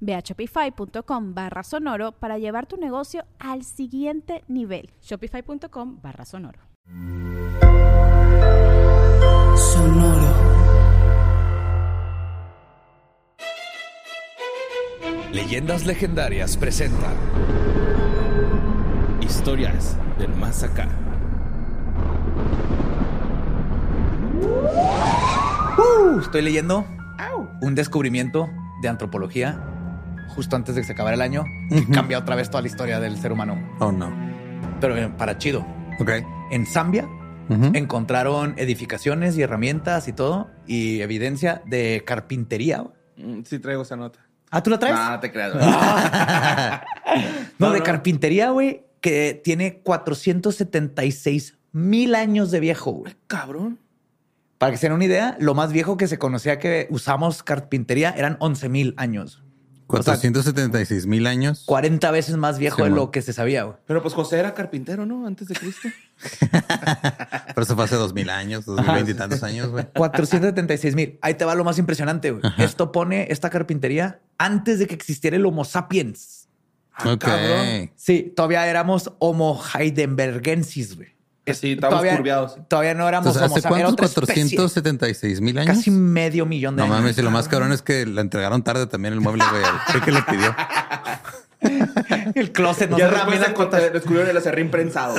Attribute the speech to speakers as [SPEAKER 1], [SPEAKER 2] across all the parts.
[SPEAKER 1] Ve a shopify.com barra sonoro para llevar tu negocio al siguiente nivel.
[SPEAKER 2] Shopify.com barra sonoro.
[SPEAKER 3] Sonoro.
[SPEAKER 4] Leyendas legendarias presenta Historias del Más Acá. Uh, estoy leyendo un descubrimiento de antropología justo antes de que se acabara el año y cambia otra vez toda la historia del ser humano.
[SPEAKER 3] Oh, no.
[SPEAKER 4] Pero eh, para chido.
[SPEAKER 3] Ok.
[SPEAKER 4] En Zambia
[SPEAKER 3] Ujú.
[SPEAKER 4] encontraron edificaciones y herramientas y todo y evidencia de carpintería.
[SPEAKER 5] Mm, Sí traigo esa nota.
[SPEAKER 4] Ah, ¿tú la traes?
[SPEAKER 5] No, no te creas.
[SPEAKER 4] no,
[SPEAKER 5] no,
[SPEAKER 4] de
[SPEAKER 5] no.
[SPEAKER 4] carpintería, güey, que tiene 476 mil años de viejo, güey.
[SPEAKER 5] Cabrón.
[SPEAKER 4] Para que se den una idea, lo más viejo que se conocía que usamos carpintería eran 11 mil años. O sea,
[SPEAKER 3] 476 mil años.
[SPEAKER 4] 40 veces más viejo
[SPEAKER 3] Sí,
[SPEAKER 4] de
[SPEAKER 3] man.
[SPEAKER 4] lo que se sabía, güey.
[SPEAKER 5] Pero pues José era carpintero, ¿no? Antes de Cristo.
[SPEAKER 3] Pero eso fue hace 2000 años, 2020 y tantos años, güey.
[SPEAKER 4] 476 mil. Ahí te va lo más impresionante, güey. Esto pone esta carpintería antes de que existiera el Homo sapiens.
[SPEAKER 3] Ok.
[SPEAKER 5] Ah, cabrón.
[SPEAKER 4] Sí, todavía éramos Homo heidenbergensis, güey.
[SPEAKER 5] Sí, estábamos
[SPEAKER 4] Todavía-
[SPEAKER 5] curviados.
[SPEAKER 4] Todavía no éramos
[SPEAKER 3] Entonces,
[SPEAKER 4] Homo
[SPEAKER 3] ¿hace
[SPEAKER 4] sapiens.
[SPEAKER 3] cuánto?
[SPEAKER 4] Era otra especie.
[SPEAKER 3] 476 mil años.
[SPEAKER 4] Casi medio millón de
[SPEAKER 3] No
[SPEAKER 4] años.
[SPEAKER 3] mames, y lo más cabrón es que la entregaron tarde también el mueble, güey. Creo que le pidió.
[SPEAKER 4] El closet no
[SPEAKER 5] ya
[SPEAKER 4] se
[SPEAKER 5] después
[SPEAKER 4] ramena
[SPEAKER 5] se
[SPEAKER 4] con-
[SPEAKER 5] conta- descubrieron el acerrín prensado.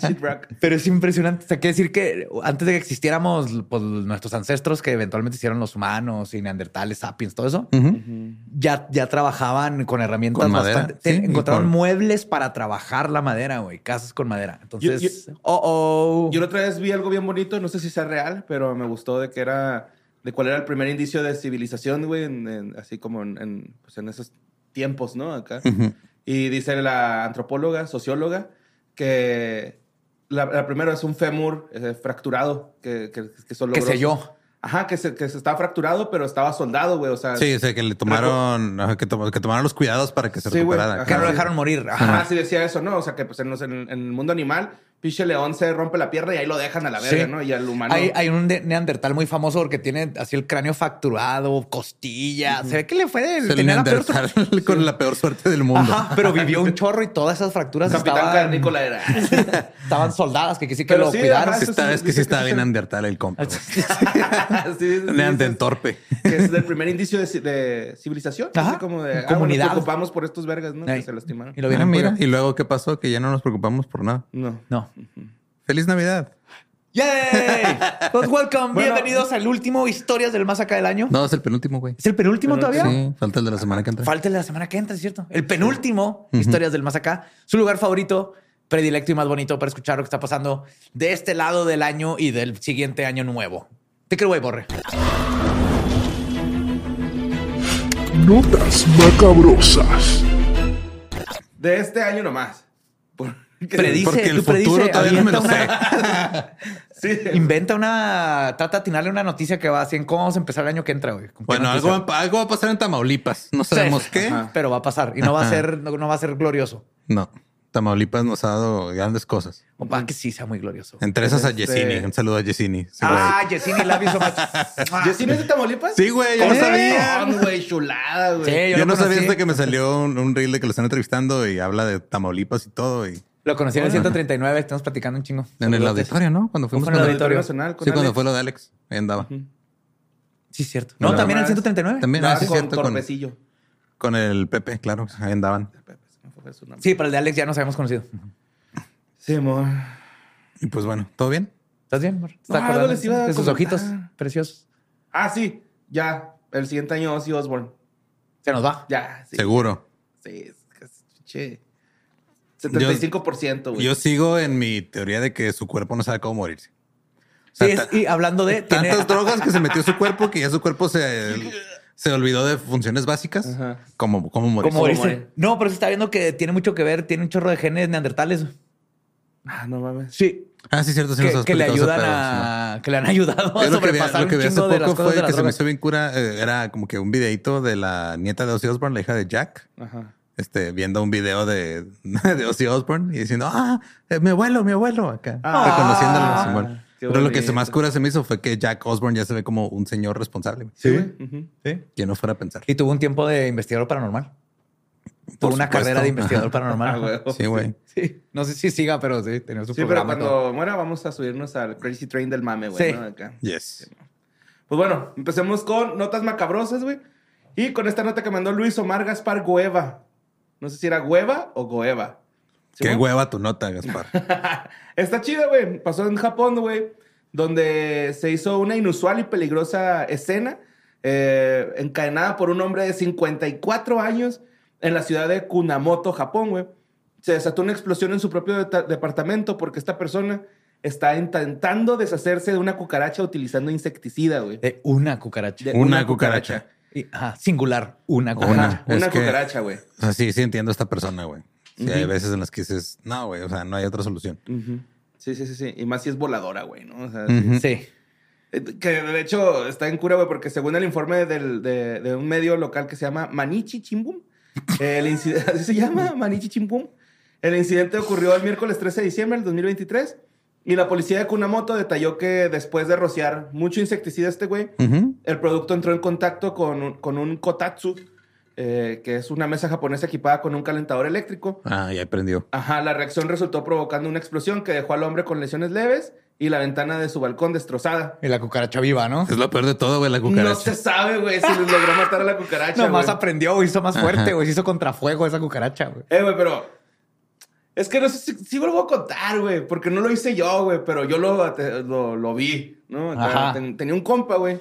[SPEAKER 5] Shit rock.
[SPEAKER 4] Pero es impresionante. O sea, quiere decir que antes de que existiéramos pues, nuestros ancestros que eventualmente hicieron los humanos y neandertales, sapiens, todo eso,
[SPEAKER 3] Ujú.
[SPEAKER 4] ya, ya trabajaban con herramientas
[SPEAKER 3] Con madera,
[SPEAKER 4] bastante. te-
[SPEAKER 3] sí, y
[SPEAKER 4] encontraron
[SPEAKER 3] con-
[SPEAKER 4] muebles para trabajar la madera, güey. Casas con madera. Entonces,
[SPEAKER 5] yo-
[SPEAKER 4] oh, oh.
[SPEAKER 5] Yo la otra vez vi algo bien bonito, no sé si sea real, pero me gustó de que era, de cuál era el primer indicio de civilización, güey, en- en- así como en, en, pues, en esos tiempos, ¿no? Acá.
[SPEAKER 3] Ujú.
[SPEAKER 5] Y dice la antropóloga, socióloga, que la, la primera es un fémur eh, fracturado, que, que, que solo
[SPEAKER 4] que
[SPEAKER 5] logró-
[SPEAKER 4] sé yo.
[SPEAKER 5] Ajá, que se, que se estaba fracturado, pero estaba soldado, güey, o sea.
[SPEAKER 3] Sí, o sea, que le tomaron, ajá, que, tom- que tomaron los cuidados para que se
[SPEAKER 5] Sí, güey,
[SPEAKER 3] recuperara.
[SPEAKER 5] ajá.
[SPEAKER 4] Que no lo
[SPEAKER 5] sí.
[SPEAKER 4] dejaron morir. Ajá.
[SPEAKER 5] Ajá, sí decía eso, ¿no? O sea, que pues en, los- en- en el mundo animal, pinche león se rompe la pierna y ahí lo dejan a la verga,
[SPEAKER 4] Sí.
[SPEAKER 5] ¿no? Y al humano...
[SPEAKER 4] Hay, hay un de- neandertal muy famoso porque tiene así el cráneo fracturado, costilla. Se ve que le fue
[SPEAKER 3] Es
[SPEAKER 4] del.
[SPEAKER 3] el
[SPEAKER 4] tenía la peor
[SPEAKER 3] neandertal con la peor suerte del mundo.
[SPEAKER 4] Ajá, pero vivió un chorro y todas esas fracturas
[SPEAKER 5] Capitán
[SPEAKER 4] estaban,
[SPEAKER 5] Carnícola era.
[SPEAKER 4] estaban soldadas, que sí que
[SPEAKER 5] Pero
[SPEAKER 4] lo
[SPEAKER 5] sí,
[SPEAKER 4] cuidaron.
[SPEAKER 5] ajá,
[SPEAKER 3] Sí
[SPEAKER 5] eso
[SPEAKER 3] está-
[SPEAKER 5] sí,
[SPEAKER 3] es que
[SPEAKER 5] dice
[SPEAKER 3] sí
[SPEAKER 5] que
[SPEAKER 3] estaba
[SPEAKER 5] sí
[SPEAKER 3] bien
[SPEAKER 5] se-
[SPEAKER 3] neandertal el
[SPEAKER 4] Ah,
[SPEAKER 3] compa. güey.
[SPEAKER 5] sí, sí,
[SPEAKER 3] Neandertorpe.
[SPEAKER 5] Que es el primer indicio de, ci- de civilización.
[SPEAKER 4] Ajá.
[SPEAKER 5] Así como de... ah,
[SPEAKER 4] Comunidad.
[SPEAKER 5] Comunidad. nos preocupamos por estos vergas, ¿no?
[SPEAKER 4] Ey.
[SPEAKER 5] Que se lastimaron.
[SPEAKER 4] Y lo
[SPEAKER 3] Ah,
[SPEAKER 4] vieron.
[SPEAKER 3] mira,
[SPEAKER 4] mira.
[SPEAKER 3] y luego, ¿qué pasó? Que ya no nos preocupamos por nada.
[SPEAKER 5] No.
[SPEAKER 4] No.
[SPEAKER 3] Feliz Navidad.
[SPEAKER 4] ¡Yay! Pues welcome,
[SPEAKER 5] Bueno.
[SPEAKER 4] bienvenidos al último Historias del Más Acá del Año.
[SPEAKER 3] No, es el penúltimo, güey.
[SPEAKER 4] ¿Es el penúltimo
[SPEAKER 5] Penúltimo.
[SPEAKER 4] todavía?
[SPEAKER 3] Sí, pues. falta el de la semana que entra.
[SPEAKER 4] Falta el de la semana que entra, es cierto. El penúltimo Historias del Más Acá, su lugar favorito, predilecto y más bonito para escuchar lo que está pasando de este lado del año y del siguiente año nuevo. Te creo, güey, Borre.
[SPEAKER 6] Notas macabrosas.
[SPEAKER 5] De este año nomás. Porque-
[SPEAKER 4] Predice,
[SPEAKER 3] Porque el
[SPEAKER 4] tú predice,
[SPEAKER 3] futuro todavía no me lo sé.
[SPEAKER 4] avienta
[SPEAKER 5] Sí.
[SPEAKER 4] Inventa una. Trata de atinarle una noticia que va así en cómo vamos a empezar el año que entra, güey. ¿Con qué
[SPEAKER 3] Bueno, algo,
[SPEAKER 4] noticia?
[SPEAKER 3] va- algo va a pasar en Tamaulipas. No sabemos
[SPEAKER 4] Sí.
[SPEAKER 3] qué.
[SPEAKER 5] Ajá.
[SPEAKER 4] Pero va a pasar y no va a ser, no, no va a ser glorioso.
[SPEAKER 3] No. Tamaulipas nos ha dado grandes cosas.
[SPEAKER 4] O para que sí sea muy glorioso.
[SPEAKER 3] Entre esas a
[SPEAKER 5] Este-
[SPEAKER 3] Yesini. Un saludo a Yesini. Sí, güey.
[SPEAKER 4] Ah, Yesini, la aviso más.
[SPEAKER 5] ¿Yesenia es de Tamaulipas?
[SPEAKER 3] Sí, güey, yo
[SPEAKER 5] ¿Cómo
[SPEAKER 3] no sabía.
[SPEAKER 5] son, güey? Chulada, güey.
[SPEAKER 4] Sí, yo,
[SPEAKER 3] yo,
[SPEAKER 4] lo
[SPEAKER 3] no sabía
[SPEAKER 4] conocí-
[SPEAKER 3] hasta que me salió un, un reel de que lo están entrevistando y habla de Tamaulipas y todo. Y
[SPEAKER 4] Lo conocí en el 139, estamos platicando un chingo.
[SPEAKER 3] en el auditorio, ¿no? Cuando fuimos
[SPEAKER 4] Fue en el
[SPEAKER 3] con-
[SPEAKER 4] auditorio.
[SPEAKER 5] Nacional con
[SPEAKER 3] Sí, cuando
[SPEAKER 5] Alex.
[SPEAKER 3] fue lo de Alex. Ahí andaba.
[SPEAKER 4] Sí, cierto. No,
[SPEAKER 3] No,
[SPEAKER 4] también en el
[SPEAKER 5] más.
[SPEAKER 4] 139.
[SPEAKER 3] También,
[SPEAKER 5] Ah,
[SPEAKER 3] ah, sí,
[SPEAKER 5] con
[SPEAKER 3] cierto, con,
[SPEAKER 5] Torpecillo.
[SPEAKER 3] con el Pepe, claro. Ahí andaban.
[SPEAKER 5] Pepe, se me fue su nombre.
[SPEAKER 4] Sí, pero el de Alex ya nos habíamos conocido.
[SPEAKER 5] Sí, amor.
[SPEAKER 3] Y pues bueno, ¿todo bien?
[SPEAKER 4] ¿Estás bien? amor? ¿Estás
[SPEAKER 5] No,
[SPEAKER 4] acordando
[SPEAKER 5] Ah, algo les iba a
[SPEAKER 4] de sus
[SPEAKER 5] comentar.
[SPEAKER 4] ojitos preciosos?
[SPEAKER 5] Ah, sí, ya. El siguiente año Ozzy Osbourne.
[SPEAKER 4] Se nos va.
[SPEAKER 5] Ya, sí.
[SPEAKER 3] Seguro.
[SPEAKER 5] Sí, es que es- che. 75%, güey.
[SPEAKER 3] Yo sigo en mi teoría de que su cuerpo no sabe cómo morirse.
[SPEAKER 4] Sí,
[SPEAKER 3] O sea,
[SPEAKER 4] es-
[SPEAKER 3] ta-
[SPEAKER 4] y hablando de... tiene-
[SPEAKER 3] tantas drogas que se metió su cuerpo que ya su cuerpo se, se olvidó de funciones básicas.
[SPEAKER 5] Ajá.
[SPEAKER 3] Como, como morirse.
[SPEAKER 4] como
[SPEAKER 5] Como
[SPEAKER 4] dice-
[SPEAKER 5] morir.
[SPEAKER 4] No, pero se está viendo que tiene mucho que ver, tiene un chorro de genes neandertales.
[SPEAKER 5] Ah, no mames.
[SPEAKER 4] Sí.
[SPEAKER 3] Ah, sí, cierto. sí nos
[SPEAKER 4] Que,
[SPEAKER 3] has
[SPEAKER 4] que le
[SPEAKER 3] explicado
[SPEAKER 4] ayudan
[SPEAKER 3] ese pedo, Simón.
[SPEAKER 4] a... Que le han ayudado a
[SPEAKER 3] Yo lo que vi,
[SPEAKER 4] sobrepasar
[SPEAKER 3] lo que
[SPEAKER 4] un
[SPEAKER 3] vi hace
[SPEAKER 4] chingo de las
[SPEAKER 3] poco
[SPEAKER 4] cosas
[SPEAKER 3] fue
[SPEAKER 4] de
[SPEAKER 3] que
[SPEAKER 4] las
[SPEAKER 3] se me
[SPEAKER 4] drogas.
[SPEAKER 3] hizo bien cura. eh, era como que un videito de la nieta de Ozzy Osbourne, la hija de Jack,
[SPEAKER 5] Ajá.
[SPEAKER 3] este, viendo un video de, de Ozzy Osbourne y diciendo, ah, eh, mi abuelo, mi abuelo, acá,
[SPEAKER 5] Ah,
[SPEAKER 3] reconociéndolo.
[SPEAKER 5] ah,
[SPEAKER 3] Simón.
[SPEAKER 5] qué
[SPEAKER 3] Pero lo que se
[SPEAKER 5] bonito.
[SPEAKER 3] más cura se me hizo fue que Jack Osbourne ya se ve como un señor responsable.
[SPEAKER 4] Sí, güey.
[SPEAKER 5] Ujú.
[SPEAKER 4] Sí.
[SPEAKER 3] Que no fuera a pensar.
[SPEAKER 4] Y tuvo un tiempo de investigador paranormal. Tuvo
[SPEAKER 3] Por
[SPEAKER 4] una
[SPEAKER 3] supuesto.
[SPEAKER 4] carrera de investigador
[SPEAKER 3] Ajá.
[SPEAKER 4] paranormal.
[SPEAKER 5] Ah, güey.
[SPEAKER 3] Sí, güey.
[SPEAKER 4] Sí. No sé si siga, pero sí, tenía su
[SPEAKER 5] Sí, pero
[SPEAKER 4] programa. y todo.
[SPEAKER 5] cuando muera vamos a subirnos al Crazy Train del mame, güey.
[SPEAKER 4] Sí.
[SPEAKER 5] ¿no? Acá.
[SPEAKER 3] Yes.
[SPEAKER 5] Pues bueno, empecemos con notas macabrosas, güey. Y con esta nota que mandó Luis Omar Gaspar Goeva. No sé si era Gueva o Goeva. ¿Sí,
[SPEAKER 3] Qué
[SPEAKER 5] no?
[SPEAKER 3] hueva tu nota, Gaspar.
[SPEAKER 5] Está chida, güey. Pasó en Japón, güey, donde se hizo una inusual y peligrosa escena eh, encadenada por un hombre de 54 años en la ciudad de Kunamoto, Japón, güey. Se desató una explosión en su propio deta- departamento porque esta persona está intentando deshacerse de una cucaracha utilizando insecticida, güey.
[SPEAKER 4] De una cucaracha.
[SPEAKER 5] De
[SPEAKER 3] una cucaracha.
[SPEAKER 4] Y- ajá, singular, una
[SPEAKER 5] Ajá, Una,
[SPEAKER 4] cucaracha.
[SPEAKER 3] Una. Es que-
[SPEAKER 5] cucaracha, güey.
[SPEAKER 3] O sea, sí, sí entiendo a esta persona, güey. Sí, hay
[SPEAKER 5] Ujú.
[SPEAKER 3] veces en las que dices, no, güey, o sea, no hay otra solución.
[SPEAKER 5] Ujú. Sí, sí, sí, sí. Y más si es voladora, güey, ¿no? O sea, sí.
[SPEAKER 3] Ujú.
[SPEAKER 4] Sí.
[SPEAKER 5] Eh, Que de hecho está en cura, güey, porque según el informe del- de, de un medio local que se llama Manichi Chimbum, el incidente, así se llama Manichi Chimbum, el incidente ocurrió el miércoles 13 de diciembre del 2023 y la policía de Kunamoto detalló que después de rociar mucho insecticida a este güey,
[SPEAKER 3] Ujú.
[SPEAKER 5] el producto entró en contacto con, un- con un kotatsu, eh, que es una mesa japonesa equipada con un calentador eléctrico.
[SPEAKER 3] Ah, ya aprendió.
[SPEAKER 5] Ajá, la reacción resultó provocando una explosión que dejó al hombre con lesiones leves y la ventana de su balcón destrozada.
[SPEAKER 4] Y la cucaracha viva, ¿no?
[SPEAKER 3] Es lo peor de todo, güey, la
[SPEAKER 5] No se
[SPEAKER 3] cucaracha.
[SPEAKER 5] sabe, güey, si les logró matar a la cucaracha.
[SPEAKER 4] Nomás
[SPEAKER 5] güey.
[SPEAKER 4] aprendió, güey, hizo más fuerte,
[SPEAKER 3] Ajá.
[SPEAKER 4] güey. Se hizo contrafuego esa cucaracha, güey.
[SPEAKER 5] Eh, güey, pero. Es que no sé si, si vuelvo a contar, güey, porque no lo hice yo, güey, pero yo lo, te- lo, lo vi, ¿no?
[SPEAKER 4] Ajá.
[SPEAKER 5] Ten- tenía un compa, güey,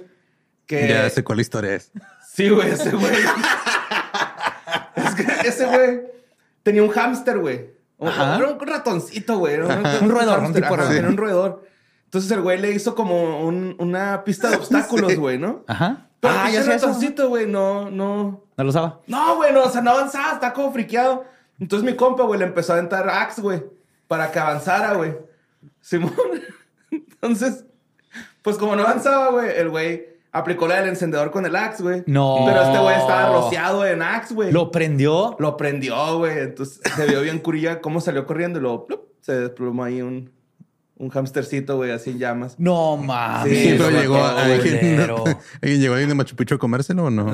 [SPEAKER 5] que.
[SPEAKER 3] Ya sé cuál historia es.
[SPEAKER 5] Sí, güey, ese güey. es que ese güey tenía un hámster, güey. Un-
[SPEAKER 4] Ajá.
[SPEAKER 5] Era un ratoncito, güey. Era
[SPEAKER 4] Ajá. Un roedor, un
[SPEAKER 5] hámster,
[SPEAKER 4] tipo
[SPEAKER 5] ajá,
[SPEAKER 4] roedor.
[SPEAKER 5] Tenía un roedor. Entonces el güey le hizo como un- una pista de obstáculos, güey, ¿no?
[SPEAKER 4] Ajá.
[SPEAKER 5] Pero pues
[SPEAKER 4] ah, ya
[SPEAKER 5] ese
[SPEAKER 4] sé eso.
[SPEAKER 5] ratoncito, güey, no, no,
[SPEAKER 4] No lo usaba.
[SPEAKER 5] No, güey, no, o sea, no avanzaba, está como friqueado. Entonces mi compa, güey, le empezó a aventar axe, güey, para que avanzara, güey. Simón. Entonces, pues como no avanzaba, güey, el güey aplicó la del encendedor con el axe, güey.
[SPEAKER 4] No.
[SPEAKER 5] Pero este güey estaba rociado en axe, güey.
[SPEAKER 4] Lo prendió.
[SPEAKER 5] Lo prendió, güey. Entonces se vio bien curilla cómo salió corriendo y luego plup, se desplomó ahí un, un hamstercito, güey, así en llamas.
[SPEAKER 4] No mames.
[SPEAKER 5] Sí,
[SPEAKER 3] Sí, pero
[SPEAKER 5] lo
[SPEAKER 3] llegó
[SPEAKER 4] mató,
[SPEAKER 3] alguien,
[SPEAKER 4] culero.
[SPEAKER 3] alguien llegó alguien de Machu Picchu a comérselo o no?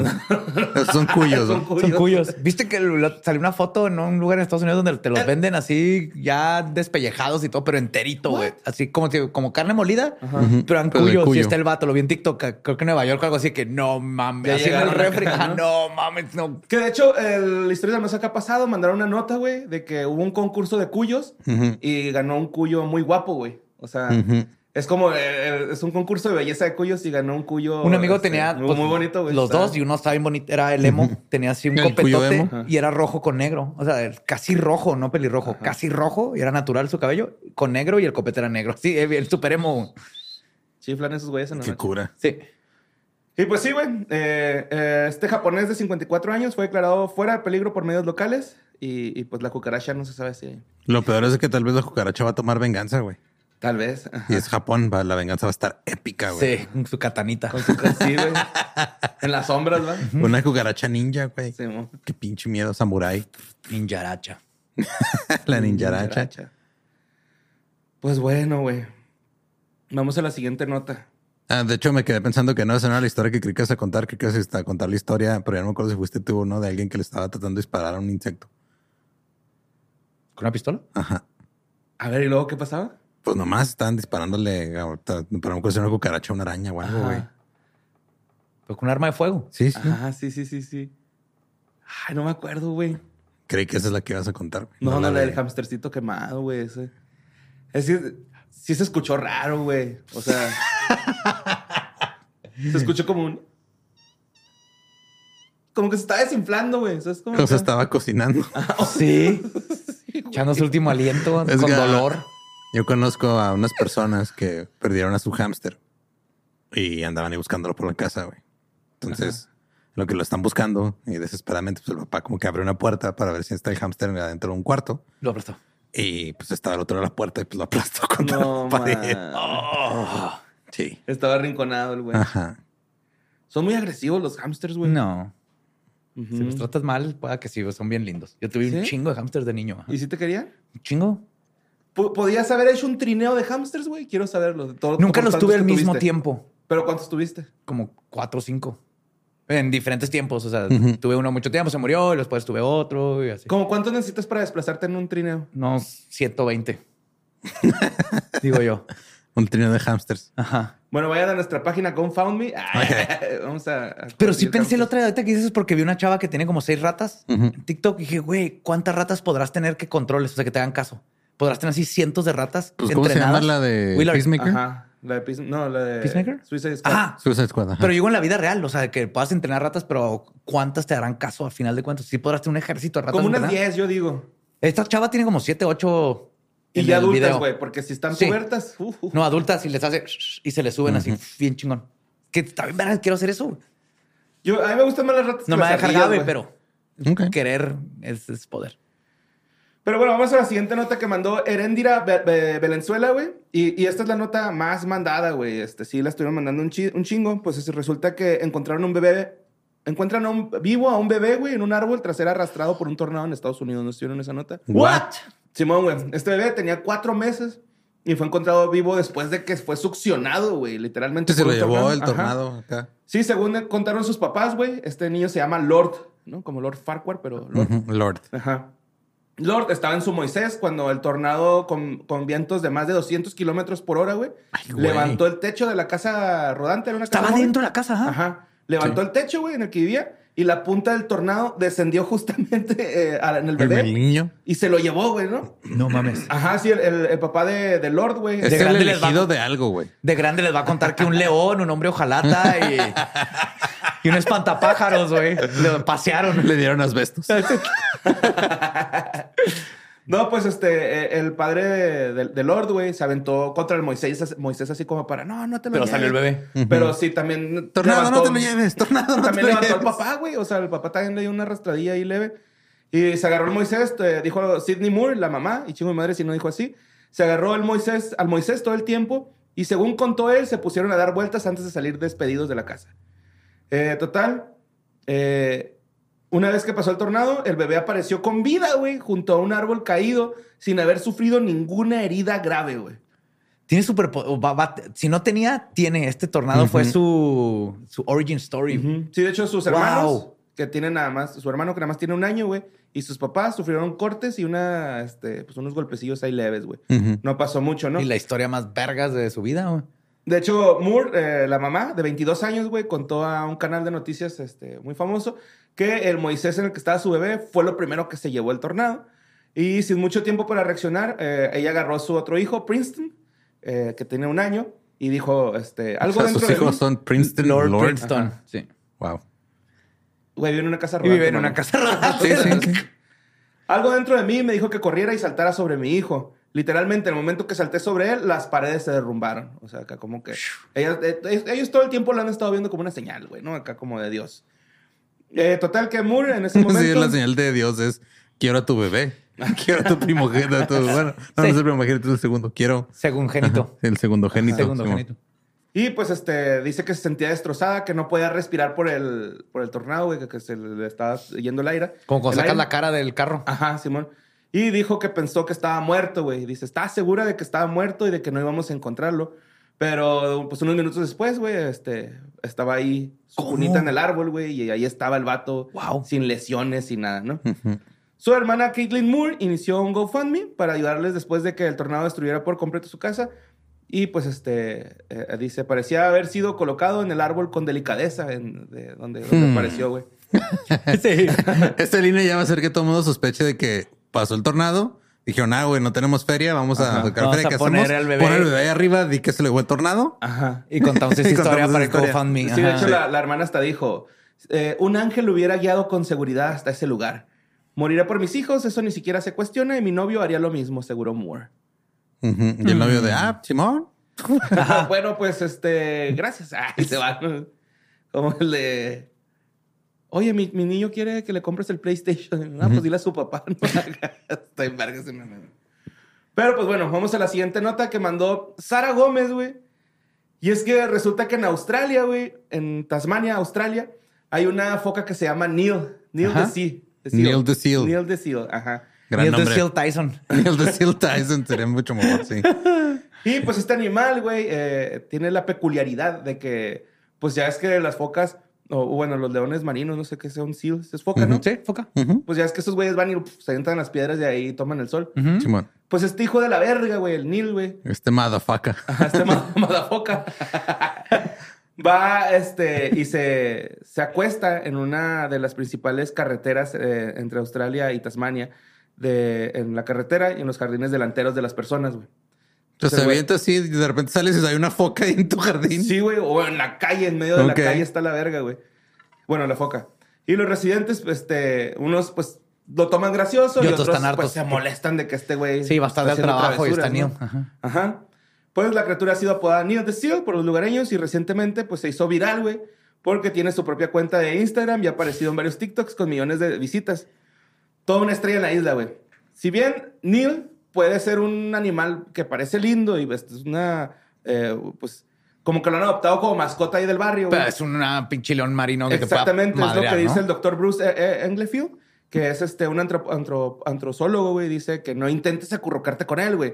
[SPEAKER 3] Son cuyos.
[SPEAKER 5] Son
[SPEAKER 3] ¿no?
[SPEAKER 5] cuyos.
[SPEAKER 4] Son cuyos. ¿Viste que lo- salió una foto en un lugar en Estados Unidos donde te los venden así ya despellejados y todo, pero enterito, güey? Así como, si- como carne molida,
[SPEAKER 3] Ujú.
[SPEAKER 4] pero en
[SPEAKER 3] Pero de
[SPEAKER 4] cuyos. Sí
[SPEAKER 3] cuyo.
[SPEAKER 4] está el vato, lo vi en TikTok, creo que en Nueva York o algo así, que no mames.
[SPEAKER 5] Ya
[SPEAKER 4] así en el
[SPEAKER 5] llegaron acá,
[SPEAKER 4] refri, ah,
[SPEAKER 5] ¿no?
[SPEAKER 4] no mames, no.
[SPEAKER 5] Que de hecho, el historia de la Masaca pasado mandaron una nota, güey, de que hubo un concurso de cuyos
[SPEAKER 3] Ujú.
[SPEAKER 5] y ganó un cuyo muy guapo, güey. O sea,
[SPEAKER 3] Ujú.
[SPEAKER 5] es como, eh, eh, es un concurso de belleza de cuyos y ganó un cuyo.
[SPEAKER 4] Un amigo
[SPEAKER 5] este,
[SPEAKER 4] tenía
[SPEAKER 5] muy,
[SPEAKER 4] pues,
[SPEAKER 5] muy bonito, güey.
[SPEAKER 4] los
[SPEAKER 5] Está-
[SPEAKER 4] dos y uno estaba bien bonito, era el emo, tenía así un
[SPEAKER 3] El cuyo
[SPEAKER 4] copetote
[SPEAKER 3] emo.
[SPEAKER 4] y era rojo con negro, o sea, el- casi rojo, no pelirrojo, casi rojo y era natural su cabello con negro y el copete era negro. Sí, el super emo.
[SPEAKER 5] Chiflan esos güeyes en la
[SPEAKER 3] Qué
[SPEAKER 5] noche.
[SPEAKER 3] cura.
[SPEAKER 4] Sí.
[SPEAKER 5] Y pues sí, güey. eh, eh, este japonés de 54 años fue declarado fuera de peligro por medios locales y, y, pues la cucaracha no se sabe si.
[SPEAKER 3] Lo peor es que tal vez la cucaracha va a tomar venganza, güey.
[SPEAKER 5] Tal vez.
[SPEAKER 3] Y es Japón, va- la venganza va a estar épica, Ah, güey.
[SPEAKER 4] Sí, con su catanita.
[SPEAKER 5] Con su sí, güey. En las sombras, ¿va?
[SPEAKER 3] Una cucaracha ninja, güey.
[SPEAKER 5] Sí, mo.
[SPEAKER 3] Qué pinche miedo, samurái.
[SPEAKER 4] Ninjaracha.
[SPEAKER 3] la ninjaracha.
[SPEAKER 5] Pues bueno, güey. Vamos a la siguiente nota.
[SPEAKER 3] Ah, de hecho, me quedé pensando que no, esa no era la historia que creí que ibas a contar, que ibas a contar la historia, pero ya no me acuerdo si fuiste tú o no, de alguien que le estaba tratando de disparar a un insecto.
[SPEAKER 4] ¿Con una pistola?
[SPEAKER 3] Ajá.
[SPEAKER 5] A ver, ¿y luego qué pasaba?
[SPEAKER 3] Pues nomás estaban disparándole, a- pero no me acuerdo si era una cucaracha, una araña o algo, güey.
[SPEAKER 4] Pero Pues con un arma de fuego.
[SPEAKER 3] Sí, sí.
[SPEAKER 5] Ah, sí, sí, sí, sí. Ay, no me acuerdo, güey.
[SPEAKER 3] Creí que esa es la que ibas a contar. güey.
[SPEAKER 5] No, no, la
[SPEAKER 3] de-
[SPEAKER 5] del hamstercito quemado, güey. ese. Es que sí se escuchó raro, güey. O sea, se escuchó como un. Como que se estaba desinflando, güey. O sea, es como.
[SPEAKER 3] O sea, estaba cocinando.
[SPEAKER 4] Sí. Echando su último aliento
[SPEAKER 3] Es
[SPEAKER 4] con
[SPEAKER 3] que- ah,
[SPEAKER 4] dolor.
[SPEAKER 3] Yo conozco a unas personas que perdieron a su hámster y andaban ahí buscándolo por la casa, güey. Entonces, lo que lo están buscando y desesperadamente, pues el papá como que abre una puerta para ver si está el hámster adentro de un cuarto
[SPEAKER 4] Lo aplastó.
[SPEAKER 3] y pues estaba al otro lado de la puerta y pues lo aplastó contra
[SPEAKER 5] No,
[SPEAKER 3] la pared.
[SPEAKER 5] man.
[SPEAKER 4] Oh,
[SPEAKER 3] Sí.
[SPEAKER 5] Estaba arrinconado el güey.
[SPEAKER 3] Ajá.
[SPEAKER 5] Son muy agresivos los hamsters, güey.
[SPEAKER 4] Ah. no.
[SPEAKER 5] Ujú.
[SPEAKER 4] Si los tratas mal, pueda que sí, güey, son bien lindos. Yo tuve un
[SPEAKER 5] ¿Sí?
[SPEAKER 4] chingo de hámsters de niño.
[SPEAKER 5] ¿Y si te querían?
[SPEAKER 4] ¿Un chingo?
[SPEAKER 5] Po- ¿Podías haber hecho un trineo de hamsters, güey? Quiero saberlo. de todo-
[SPEAKER 4] Nunca
[SPEAKER 5] todos
[SPEAKER 4] los
[SPEAKER 5] tantos
[SPEAKER 4] tuve
[SPEAKER 5] que
[SPEAKER 4] al mismo
[SPEAKER 5] tuviste.
[SPEAKER 4] tiempo.
[SPEAKER 5] ¿Pero cuántos tuviste?
[SPEAKER 4] Como cuatro o cinco. En diferentes tiempos. O sea,
[SPEAKER 3] Ujú.
[SPEAKER 4] tuve uno mucho tiempo, se murió, y después tuve otro y así.
[SPEAKER 5] ¿Cómo cuántos necesitas para desplazarte en un trineo?
[SPEAKER 4] Unos 120. Digo yo.
[SPEAKER 3] Un trineo de hámsters.
[SPEAKER 4] Ajá.
[SPEAKER 5] Bueno, vayan a nuestra página GoFundMe. Ay, Vamos a. a
[SPEAKER 4] Pero sí
[SPEAKER 5] conseguir
[SPEAKER 4] pensé la
[SPEAKER 5] hamsters.
[SPEAKER 4] otra vez ahorita que dices porque vi una chava que tiene como seis ratas
[SPEAKER 3] Ujú.
[SPEAKER 4] en TikTok y dije, güey, ¿cuántas ratas podrás tener que controles? O sea, que te hagan caso. Podrás tener así cientos de ratas
[SPEAKER 3] Pues, ¿cómo se
[SPEAKER 4] entrenadas.
[SPEAKER 3] llama la de
[SPEAKER 4] Willard.
[SPEAKER 3] Peacemaker?
[SPEAKER 5] Ajá. La de Peace- No, la de.
[SPEAKER 4] ¿Peacemaker? Ah,
[SPEAKER 5] Suicide Squad.
[SPEAKER 4] Ajá.
[SPEAKER 3] Suicide Squad, ajá.
[SPEAKER 4] Pero digo en la vida real, o sea, que puedas entrenar ratas, pero ¿cuántas te harán caso al final de cuentas? Si podrás tener un ejército de ratas.
[SPEAKER 5] Como unas
[SPEAKER 4] entrenadas.
[SPEAKER 5] 10, yo digo.
[SPEAKER 4] Esta chava tiene como siete, ocho.
[SPEAKER 5] Y
[SPEAKER 4] en
[SPEAKER 5] ya
[SPEAKER 4] el
[SPEAKER 5] adultas,
[SPEAKER 4] video.
[SPEAKER 5] güey, porque si están
[SPEAKER 4] Sí.
[SPEAKER 5] pubertas. uh, uh.
[SPEAKER 4] No, adultas y les hace y se les suben así, bien chingón. Que también, verán, quiero hacer eso.
[SPEAKER 5] Yo, a mí me gustan más las ratas.
[SPEAKER 4] No
[SPEAKER 5] que
[SPEAKER 4] me va a
[SPEAKER 5] las
[SPEAKER 4] dejar
[SPEAKER 5] ardillas,
[SPEAKER 4] Gabe,
[SPEAKER 5] güey.
[SPEAKER 4] pero
[SPEAKER 3] Ok.
[SPEAKER 4] querer es, es poder.
[SPEAKER 5] Pero bueno, vamos a la siguiente nota que mandó Herendira Be- Be- Valenzuela, güey. Y, y esta es la nota más mandada, güey. Este, sí, la estuvieron mandando un, chi- un chingo. Pues es- resulta que encontraron un bebé. Encuentran a un, vivo a un bebé, güey, en un árbol tras ser arrastrado por un tornado en Estados Unidos. ¿No estuvieron esa nota?
[SPEAKER 3] What?
[SPEAKER 5] Simón, güey. Este bebé tenía cuatro meses y fue encontrado vivo después de que fue succionado, güey. Literalmente.
[SPEAKER 3] Entonces se
[SPEAKER 5] por
[SPEAKER 3] lo
[SPEAKER 5] un
[SPEAKER 3] llevó el
[SPEAKER 5] Ajá.
[SPEAKER 3] tornado acá.
[SPEAKER 5] Sí, según contaron sus papás, güey, este niño se llama Lord, ¿no? Como Lord Farquhar, pero Lord.
[SPEAKER 3] Ujú, Lord.
[SPEAKER 5] Ajá. Lord estaba en su Moisés cuando el tornado con, con vientos de más de 200 kilómetros por hora, güey,
[SPEAKER 3] güey.
[SPEAKER 5] levantó el techo de la casa rodante. Era una casa
[SPEAKER 4] Estaba
[SPEAKER 5] móvil.
[SPEAKER 4] dentro de la casa, ajá.
[SPEAKER 5] Ajá. Levantó el techo, güey, en el que vivía y la punta del tornado descendió justamente eh, a- en el
[SPEAKER 3] El
[SPEAKER 5] bebé
[SPEAKER 3] niño.
[SPEAKER 5] y se lo llevó, güey, ¿no?
[SPEAKER 4] No mames.
[SPEAKER 5] Ajá, sí, el, el- el papá de, de Lord, güey.
[SPEAKER 3] Es el
[SPEAKER 4] grande les
[SPEAKER 3] elegido
[SPEAKER 4] bajo.
[SPEAKER 3] de algo, güey.
[SPEAKER 4] De grande les va a contar que un león, un hombre ojalata y, y un espantapájaros, güey. Lo pasearon.
[SPEAKER 3] Le dieron asbestos.
[SPEAKER 5] No, pues este, eh, el padre de, de- de Lord, güey, se aventó contra el Moisés, Moisés así como para, no, no te lo
[SPEAKER 4] Pero
[SPEAKER 5] lleves".
[SPEAKER 4] salió el bebé.
[SPEAKER 5] Pero sí, también.
[SPEAKER 3] Tornado,
[SPEAKER 5] levantó-
[SPEAKER 3] no te lo lleves. Tornado, no
[SPEAKER 5] También
[SPEAKER 3] te lo
[SPEAKER 5] levantó
[SPEAKER 3] lleves.
[SPEAKER 5] al papá, güey. O sea, el papá también le dio una rastradilla ahí leve. Y se agarró el Moisés, eh, dijo Sidney Moore, la mamá, y chingo de madre si no dijo así. Se agarró el Moisés, al Moisés todo el tiempo. Y según contó él, se pusieron a dar vueltas antes de salir despedidos de la casa. Eh, total, eh, una vez que pasó el tornado, el bebé apareció con vida, güey, junto a un árbol caído, sin haber sufrido ninguna herida grave, güey.
[SPEAKER 4] Tiene super... si no tenía, tiene. Este tornado fue su, su origin story.
[SPEAKER 5] Sí, de hecho, sus
[SPEAKER 4] Wow.
[SPEAKER 5] hermanos, que tienen nada más, su hermano que nada más tiene un año, güey, y sus papás sufrieron cortes y una, este, pues unos golpecillos ahí leves, güey.
[SPEAKER 3] Ujú.
[SPEAKER 5] No pasó mucho, ¿no?
[SPEAKER 4] Y la historia más vergas de su vida, güey.
[SPEAKER 5] De hecho, Moore, eh, la mamá de 22 años, güey, contó a un canal de noticias este, muy famoso que el Moisés en el que estaba su bebé fue lo primero que se llevó el tornado. Y sin mucho tiempo para reaccionar, eh, ella agarró a su otro hijo, Princeton, eh, que tiene un año, y dijo, este, algo
[SPEAKER 3] O sea,
[SPEAKER 5] dentro
[SPEAKER 3] sus
[SPEAKER 5] de
[SPEAKER 3] hijos
[SPEAKER 5] mí-
[SPEAKER 3] son Princeton
[SPEAKER 4] Lord,
[SPEAKER 3] Lord.
[SPEAKER 4] Princeton. Sí.
[SPEAKER 3] Wow.
[SPEAKER 5] Güey, vive en una casa
[SPEAKER 4] Y vive en
[SPEAKER 5] rodante,
[SPEAKER 4] una
[SPEAKER 5] mamá.
[SPEAKER 4] casa rodante.
[SPEAKER 3] Sí, sí,
[SPEAKER 5] Algo dentro de mí me dijo que corriera y saltara sobre mi hijo. Literalmente, en el momento que salté sobre él, las paredes se derrumbaron. O sea, acá como que... Ellos, eh, ellos todo el tiempo lo han estado viendo como una señal, güey, ¿no? Acá como de Dios. Eh, total que Moore en ese
[SPEAKER 3] Sí,
[SPEAKER 5] momento...
[SPEAKER 3] la señal de Dios es quiero a tu bebé. Quiero a tu primogénito. a tu- Bueno, no,
[SPEAKER 4] Sí.
[SPEAKER 3] no es el primogénito, es el segundo. Quiero
[SPEAKER 4] Según genito.
[SPEAKER 3] el segundo génito.
[SPEAKER 4] Segundo
[SPEAKER 3] Simón.
[SPEAKER 4] genito.
[SPEAKER 5] Y pues este, dice que se sentía destrozada, que no podía respirar por el, por el tornado, güey, que, que se le estaba yendo el aire.
[SPEAKER 4] Como
[SPEAKER 5] El
[SPEAKER 4] cuando sacas
[SPEAKER 5] aire. Ah,
[SPEAKER 4] la cara del carro.
[SPEAKER 5] Ajá, Simón. Y dijo que pensó que estaba muerto, güey. Dice, estaba segura de que estaba muerto y de que no íbamos a encontrarlo. Pero, pues, unos minutos después, güey, este, estaba ahí su
[SPEAKER 4] ¿Cómo?
[SPEAKER 5] cunita en el árbol, güey. Y ahí estaba el vato.
[SPEAKER 4] Wow.
[SPEAKER 5] Sin lesiones, sin nada, ¿no?
[SPEAKER 3] Ujú.
[SPEAKER 5] Su hermana Caitlin Moore inició un GoFundMe para ayudarles después de que el tornado destruyera por completo su casa. Y pues este, eh, dice, parecía haber sido colocado en el árbol con delicadeza, en, de, donde, donde
[SPEAKER 3] Hmm.
[SPEAKER 5] apareció, güey.
[SPEAKER 4] Sí.
[SPEAKER 3] Esta línea ya va a hacer que todo el mundo sospeche de que pasó el tornado Dijeron, ah, güey, no tenemos feria, vamos a
[SPEAKER 5] Ajá.
[SPEAKER 3] sacar
[SPEAKER 4] Vamos
[SPEAKER 3] feria.
[SPEAKER 4] a
[SPEAKER 3] ¿Qué
[SPEAKER 4] poner
[SPEAKER 3] hacemos?
[SPEAKER 4] al bebé.
[SPEAKER 3] Pon al bebé ahí arriba, di que se le fue el tornado.
[SPEAKER 5] Ajá.
[SPEAKER 4] Y contamos esa
[SPEAKER 3] Y
[SPEAKER 4] historia
[SPEAKER 3] contamos
[SPEAKER 4] para el
[SPEAKER 3] esa historia.
[SPEAKER 4] GoFundMe.
[SPEAKER 5] Sí, de
[SPEAKER 4] Ajá.
[SPEAKER 5] hecho, la, la hermana hasta dijo: eh, Un ángel lo hubiera guiado con seguridad hasta ese lugar. Moriré por mis hijos, eso ni siquiera se cuestiona, y mi novio haría lo mismo, seguro Moore.
[SPEAKER 3] Ujú. Y el novio de, ah, Simón.
[SPEAKER 5] bueno, pues este, gracias. Ay, se va. Como el de. Oye, mi, mi niño quiere que le compres el PlayStation. Ah, pues dile a su papá. No Está en vergas ese meme. Pero pues bueno, vamos a la siguiente nota que mandó Sara Gómez, güey. Y es que resulta que en Australia, güey, en Tasmania, Australia, hay una foca que se llama Neil. Neil
[SPEAKER 4] Ajá.
[SPEAKER 5] de Seal.
[SPEAKER 3] Neil the Seal.
[SPEAKER 5] Neil de Seal, ajá.
[SPEAKER 3] Gran
[SPEAKER 4] Neil
[SPEAKER 3] nombre.
[SPEAKER 4] Seal Tyson.
[SPEAKER 3] Neil de Seal Tyson sería mucho mejor, sí.
[SPEAKER 5] Y pues este animal, güey, eh, tiene la peculiaridad de que, pues ya es que las focas, o bueno, los leones marinos, no sé qué sea un seal, es foca, ¿no?
[SPEAKER 4] Sí, foca.
[SPEAKER 3] Ujú.
[SPEAKER 5] Pues ya es que esos güeyes van y pf, se entran las piedras de ahí y toman el sol.
[SPEAKER 4] Ujú.
[SPEAKER 3] Simón,
[SPEAKER 5] Pues este hijo de la verga, güey, el Nil, güey,
[SPEAKER 3] este motherfucker.
[SPEAKER 5] este ma- madafoca, va este, y se, se acuesta en una de las principales carreteras eh, entre Australia y Tasmania, de, en la carretera y en los jardines delanteros de las personas, güey.
[SPEAKER 3] Entonces
[SPEAKER 5] Se
[SPEAKER 3] se
[SPEAKER 5] fue.
[SPEAKER 3] avienta así y de repente sales y hay una foca ahí en tu jardín.
[SPEAKER 5] Sí, güey, o en la calle, en medio de
[SPEAKER 3] Ok.
[SPEAKER 5] la calle está la verga, güey. Bueno, la foca. Y los residentes, pues, este, unos pues lo toman gracioso y,
[SPEAKER 4] Y otros
[SPEAKER 5] otros,
[SPEAKER 4] están hartos.
[SPEAKER 5] pues se molestan de que este güey.
[SPEAKER 4] Sí, va a estar
[SPEAKER 5] está
[SPEAKER 4] del
[SPEAKER 5] haciendo
[SPEAKER 4] trabajo y
[SPEAKER 5] travesuras,
[SPEAKER 4] está Neil.
[SPEAKER 5] ¿no?
[SPEAKER 4] Ajá.
[SPEAKER 5] Ajá. Pues la criatura ha sido apodada Neil the Seal por los lugareños y recientemente pues se hizo viral, güey, porque tiene su propia cuenta de Instagram y ha aparecido en varios TikToks con millones de visitas. Toda una estrella en la isla, güey. Si bien Neil puede ser un animal que parece lindo y pues, es una, eh, pues, como que lo han adoptado como mascota ahí del barrio, güey.
[SPEAKER 4] Pero es un pinche león marino que te pueda
[SPEAKER 5] Exactamente, es lo
[SPEAKER 4] madrear,
[SPEAKER 5] que dice
[SPEAKER 4] ¿no?
[SPEAKER 5] el doctor Bruce eh, eh, Englefield, que es este, un antrop- antro- antrozólogo, güey. Dice que no intentes acurrucarte con él, güey.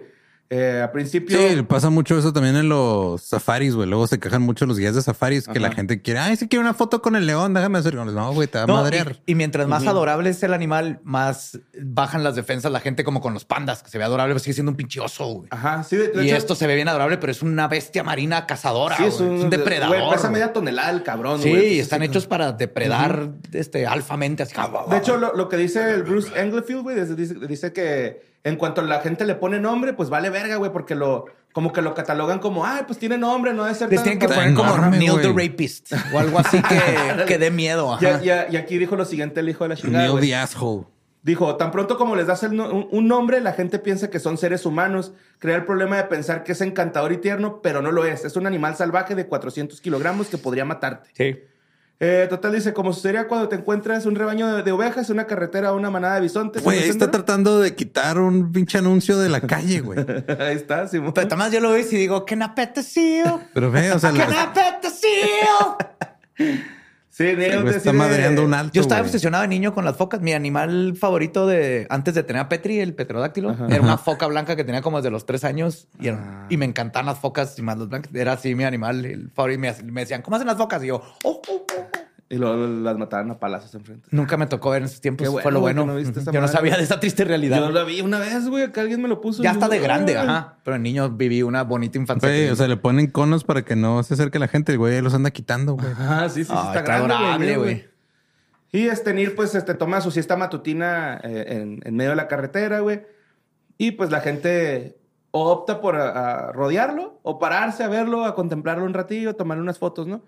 [SPEAKER 5] Eh, a principio...
[SPEAKER 3] Sí, pasa mucho eso también en los safaris, güey. Luego se quejan mucho los guías de safaris que la gente quiere, ay, si quiero una foto con el león, déjame hacer. No, güey, te va a
[SPEAKER 4] No,
[SPEAKER 3] madrear.
[SPEAKER 4] y, y mientras más adorable es el animal, más bajan las defensas la gente, como con los pandas, que se ve adorable, pero sigue siendo un pinche oso, güey.
[SPEAKER 5] Ajá, sí, de, Ah, de
[SPEAKER 4] y
[SPEAKER 5] hecho-
[SPEAKER 4] esto se ve bien adorable, pero es una bestia marina cazadora,
[SPEAKER 5] sí,
[SPEAKER 4] güey. es, un, depredador.
[SPEAKER 5] Güey, pesa
[SPEAKER 4] güey.
[SPEAKER 5] media tonelada el cabrón,
[SPEAKER 4] sí,
[SPEAKER 5] güey. Entonces,
[SPEAKER 4] están
[SPEAKER 5] sí,
[SPEAKER 4] hechos para depredar este alfamente así.
[SPEAKER 5] De hecho, lo, lo que dice el Bruce Englefield, güey, es- dice, dice que en cuanto la gente le pone nombre, pues vale verga, güey, porque lo, como que lo catalogan como, ay, pues tiene nombre, no debe ser
[SPEAKER 4] les
[SPEAKER 5] tan-
[SPEAKER 4] tienen que
[SPEAKER 5] tan-
[SPEAKER 4] poner como
[SPEAKER 3] enorme,
[SPEAKER 4] Neil the
[SPEAKER 3] güey.
[SPEAKER 4] Rapist o algo así que, que dé miedo.
[SPEAKER 5] Y,
[SPEAKER 4] ajá.
[SPEAKER 5] a- y a- y aquí dijo lo siguiente el hijo de la chingada,
[SPEAKER 3] Neil
[SPEAKER 5] güey.
[SPEAKER 3] the asshole.
[SPEAKER 5] Dijo, tan pronto como les das el no- un, un nombre, la gente piensa que son seres humanos. Crea el problema de pensar que es encantador y tierno, pero no lo es. Es un animal salvaje de 400 kilogramos que podría matarte.
[SPEAKER 4] Sí.
[SPEAKER 5] Eh, total dice, como sucedería cuando te encuentras un rebaño de, de ovejas, una carretera o una manada de bisontes.
[SPEAKER 3] Güey,
[SPEAKER 5] ¿no
[SPEAKER 3] ahí está
[SPEAKER 5] entendieron?
[SPEAKER 3] tratando de quitar un pinche anuncio de la calle, güey.
[SPEAKER 5] Ahí está, Simón.
[SPEAKER 4] Pero además yo lo veo y digo, can I pet the seal?
[SPEAKER 3] Pero ve, o sea,
[SPEAKER 5] ¡Ah,
[SPEAKER 4] Can
[SPEAKER 3] la-
[SPEAKER 4] I pet the seal?
[SPEAKER 5] Sí, Neil
[SPEAKER 3] güey,
[SPEAKER 5] decide-
[SPEAKER 3] está madreando un alto.
[SPEAKER 4] Yo estaba
[SPEAKER 3] güey.
[SPEAKER 4] obsesionado de niño con las focas. Mi animal favorito de antes de tener a Petri, el pterodáctilo, era una foca blanca que tenía como desde los tres años y,
[SPEAKER 5] Ah.
[SPEAKER 4] era- y me encantaban las focas y más los blancas. Era así mi animal el favorito. Y me, me decían, ¿cómo hacen las focas? Y yo, "Oh, oh, oh".
[SPEAKER 5] Y luego las mataron a palazos enfrente.
[SPEAKER 4] nunca me tocó ver en esos tiempos.
[SPEAKER 5] Qué bueno,
[SPEAKER 4] Fue lo
[SPEAKER 5] güey, que
[SPEAKER 4] bueno.
[SPEAKER 5] no viste esa
[SPEAKER 4] yo no
[SPEAKER 5] madre.
[SPEAKER 4] sabía de esa triste realidad.
[SPEAKER 5] Yo la vi una vez, güey, que alguien me lo puso.
[SPEAKER 4] ya
[SPEAKER 5] Y
[SPEAKER 4] está
[SPEAKER 5] yo,
[SPEAKER 4] de grande,
[SPEAKER 5] "Ay".
[SPEAKER 4] ajá. Pero en niño viví una bonita infancia.
[SPEAKER 3] Güey, o sea, le ponen conos para que no se acerque la gente. El güey ahí los anda quitando, güey.
[SPEAKER 5] Ajá, sí, sí, sí,
[SPEAKER 4] Ah,
[SPEAKER 5] está,
[SPEAKER 4] está
[SPEAKER 5] grande,
[SPEAKER 4] adorable,
[SPEAKER 5] Neil,
[SPEAKER 4] güey.
[SPEAKER 5] Y este Neil, pues, este, toma su siesta matutina eh, en, en medio de la carretera, güey. Y pues la gente o opta por a- a rodearlo o pararse a verlo, a contemplarlo un ratillo, tomar unas fotos, ¿no?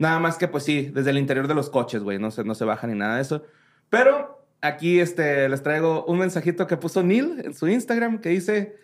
[SPEAKER 5] Nada más que, pues sí, desde el interior de los coches, güey. No se, no se baja ni nada de eso. Pero aquí este, les traigo un mensajito que puso Neil en su Instagram que dice: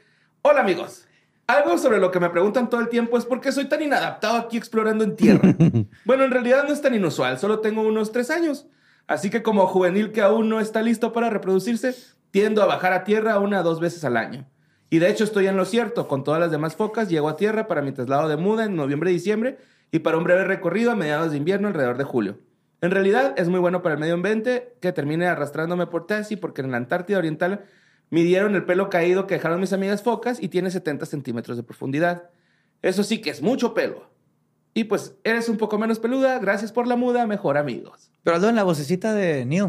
[SPEAKER 5] Hola, amigos. Algo sobre lo que me preguntan todo el tiempo es por qué soy tan inadaptado aquí explorando en tierra. bueno, en realidad no es tan inusual, solo tengo unos tres años. Así que como juvenil que aún no está listo para reproducirse, tiendo a bajar a tierra una o dos veces al año. Y de hecho estoy en lo cierto, con todas las demás focas llego a tierra para mi traslado de muda en noviembre y diciembre y para un breve recorrido a mediados de invierno alrededor de julio. En realidad es muy bueno para el medio ambiente que termine arrastrándome por Tassie porque en la Antártida Oriental midieron el pelo caído que dejaron mis amigas focas y tiene 70 centímetros de profundidad. Eso sí que es mucho pelo. Y pues eres un poco menos peluda, gracias por la muda, mejor amigos.
[SPEAKER 4] Pero hazlo en la vocecita de Neil.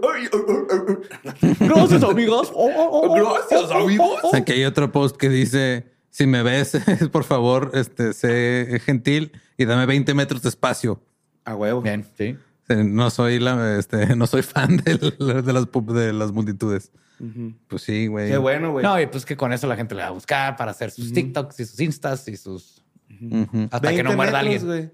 [SPEAKER 4] Gracias, amigos. Oh, oh, oh, oh.
[SPEAKER 5] Gracias, amigos.
[SPEAKER 3] Aquí hay otro post que dice: Si me ves, por favor, este, sé gentil y dame 20 metros de espacio.
[SPEAKER 5] A huevo.
[SPEAKER 4] Bien, sí.
[SPEAKER 3] Eh, No soy la, este, no soy fan del- de, las, pu- de las multitudes.
[SPEAKER 5] Ujú.
[SPEAKER 3] Pues sí, güey.
[SPEAKER 5] Qué bueno, güey. Mm.
[SPEAKER 4] No, y pues que con eso la gente le va a buscar para hacer sus TikToks y sus Instas y sus.
[SPEAKER 3] Ujú.
[SPEAKER 4] Hasta que no
[SPEAKER 5] 20
[SPEAKER 4] muerda
[SPEAKER 5] metros,
[SPEAKER 4] alguien.
[SPEAKER 5] güey.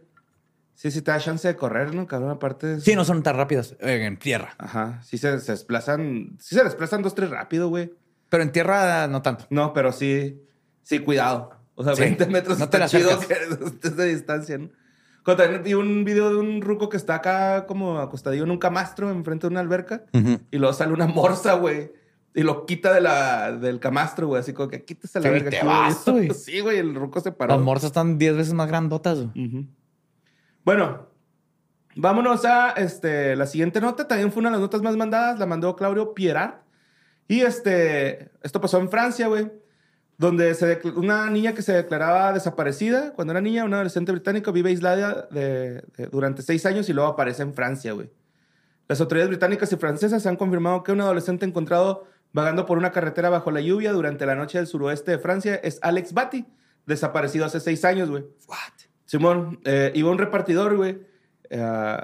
[SPEAKER 5] Sí, sí, te da chance de correr, ¿no? Cabrón, aparte. es-
[SPEAKER 4] Sí, no son tan rápidas eh, en tierra.
[SPEAKER 5] Ajá. Sí se, se desplazan. Sí se desplazan dos, tres rápido, güey.
[SPEAKER 4] Pero en tierra no tanto.
[SPEAKER 5] No, pero sí. Sí, cuidado. O sea,
[SPEAKER 4] Sí.
[SPEAKER 5] 20 metros
[SPEAKER 4] No te
[SPEAKER 5] está
[SPEAKER 4] la
[SPEAKER 5] chido
[SPEAKER 4] acerques.
[SPEAKER 5] que estés de distancia, ¿no? Cuando también vi un video de un ruco que está acá como acostadillo en un camastro enfrente de una alberca
[SPEAKER 3] Ujú.
[SPEAKER 5] y luego sale una morsa, güey. Y lo quita de la, del camastro, güey. Así como que quítese la
[SPEAKER 4] Sí,
[SPEAKER 5] verga.
[SPEAKER 4] te
[SPEAKER 5] aquí,
[SPEAKER 4] vas, güey.
[SPEAKER 5] Sí, güey, el ruco se paró.
[SPEAKER 4] Las morsas están 10 veces más grandotas. güey.
[SPEAKER 5] Ujú. Bueno, vámonos a este, la siguiente nota. También fue una de las notas más mandadas. La mandó Claudio Pierrat. Y este, esto pasó en Francia, güey. Donde se decl- una niña que se declaraba desaparecida cuando era niña, un adolescente británico, vive aislada de- de- durante seis años y luego aparece en Francia, güey. Las autoridades británicas y francesas han confirmado que un adolescente encontrado vagando por una carretera bajo la lluvia durante la noche del suroeste de Francia es Alex Batty, desaparecido hace seis años, güey. Simón, eh, iba un repartidor, güey, eh,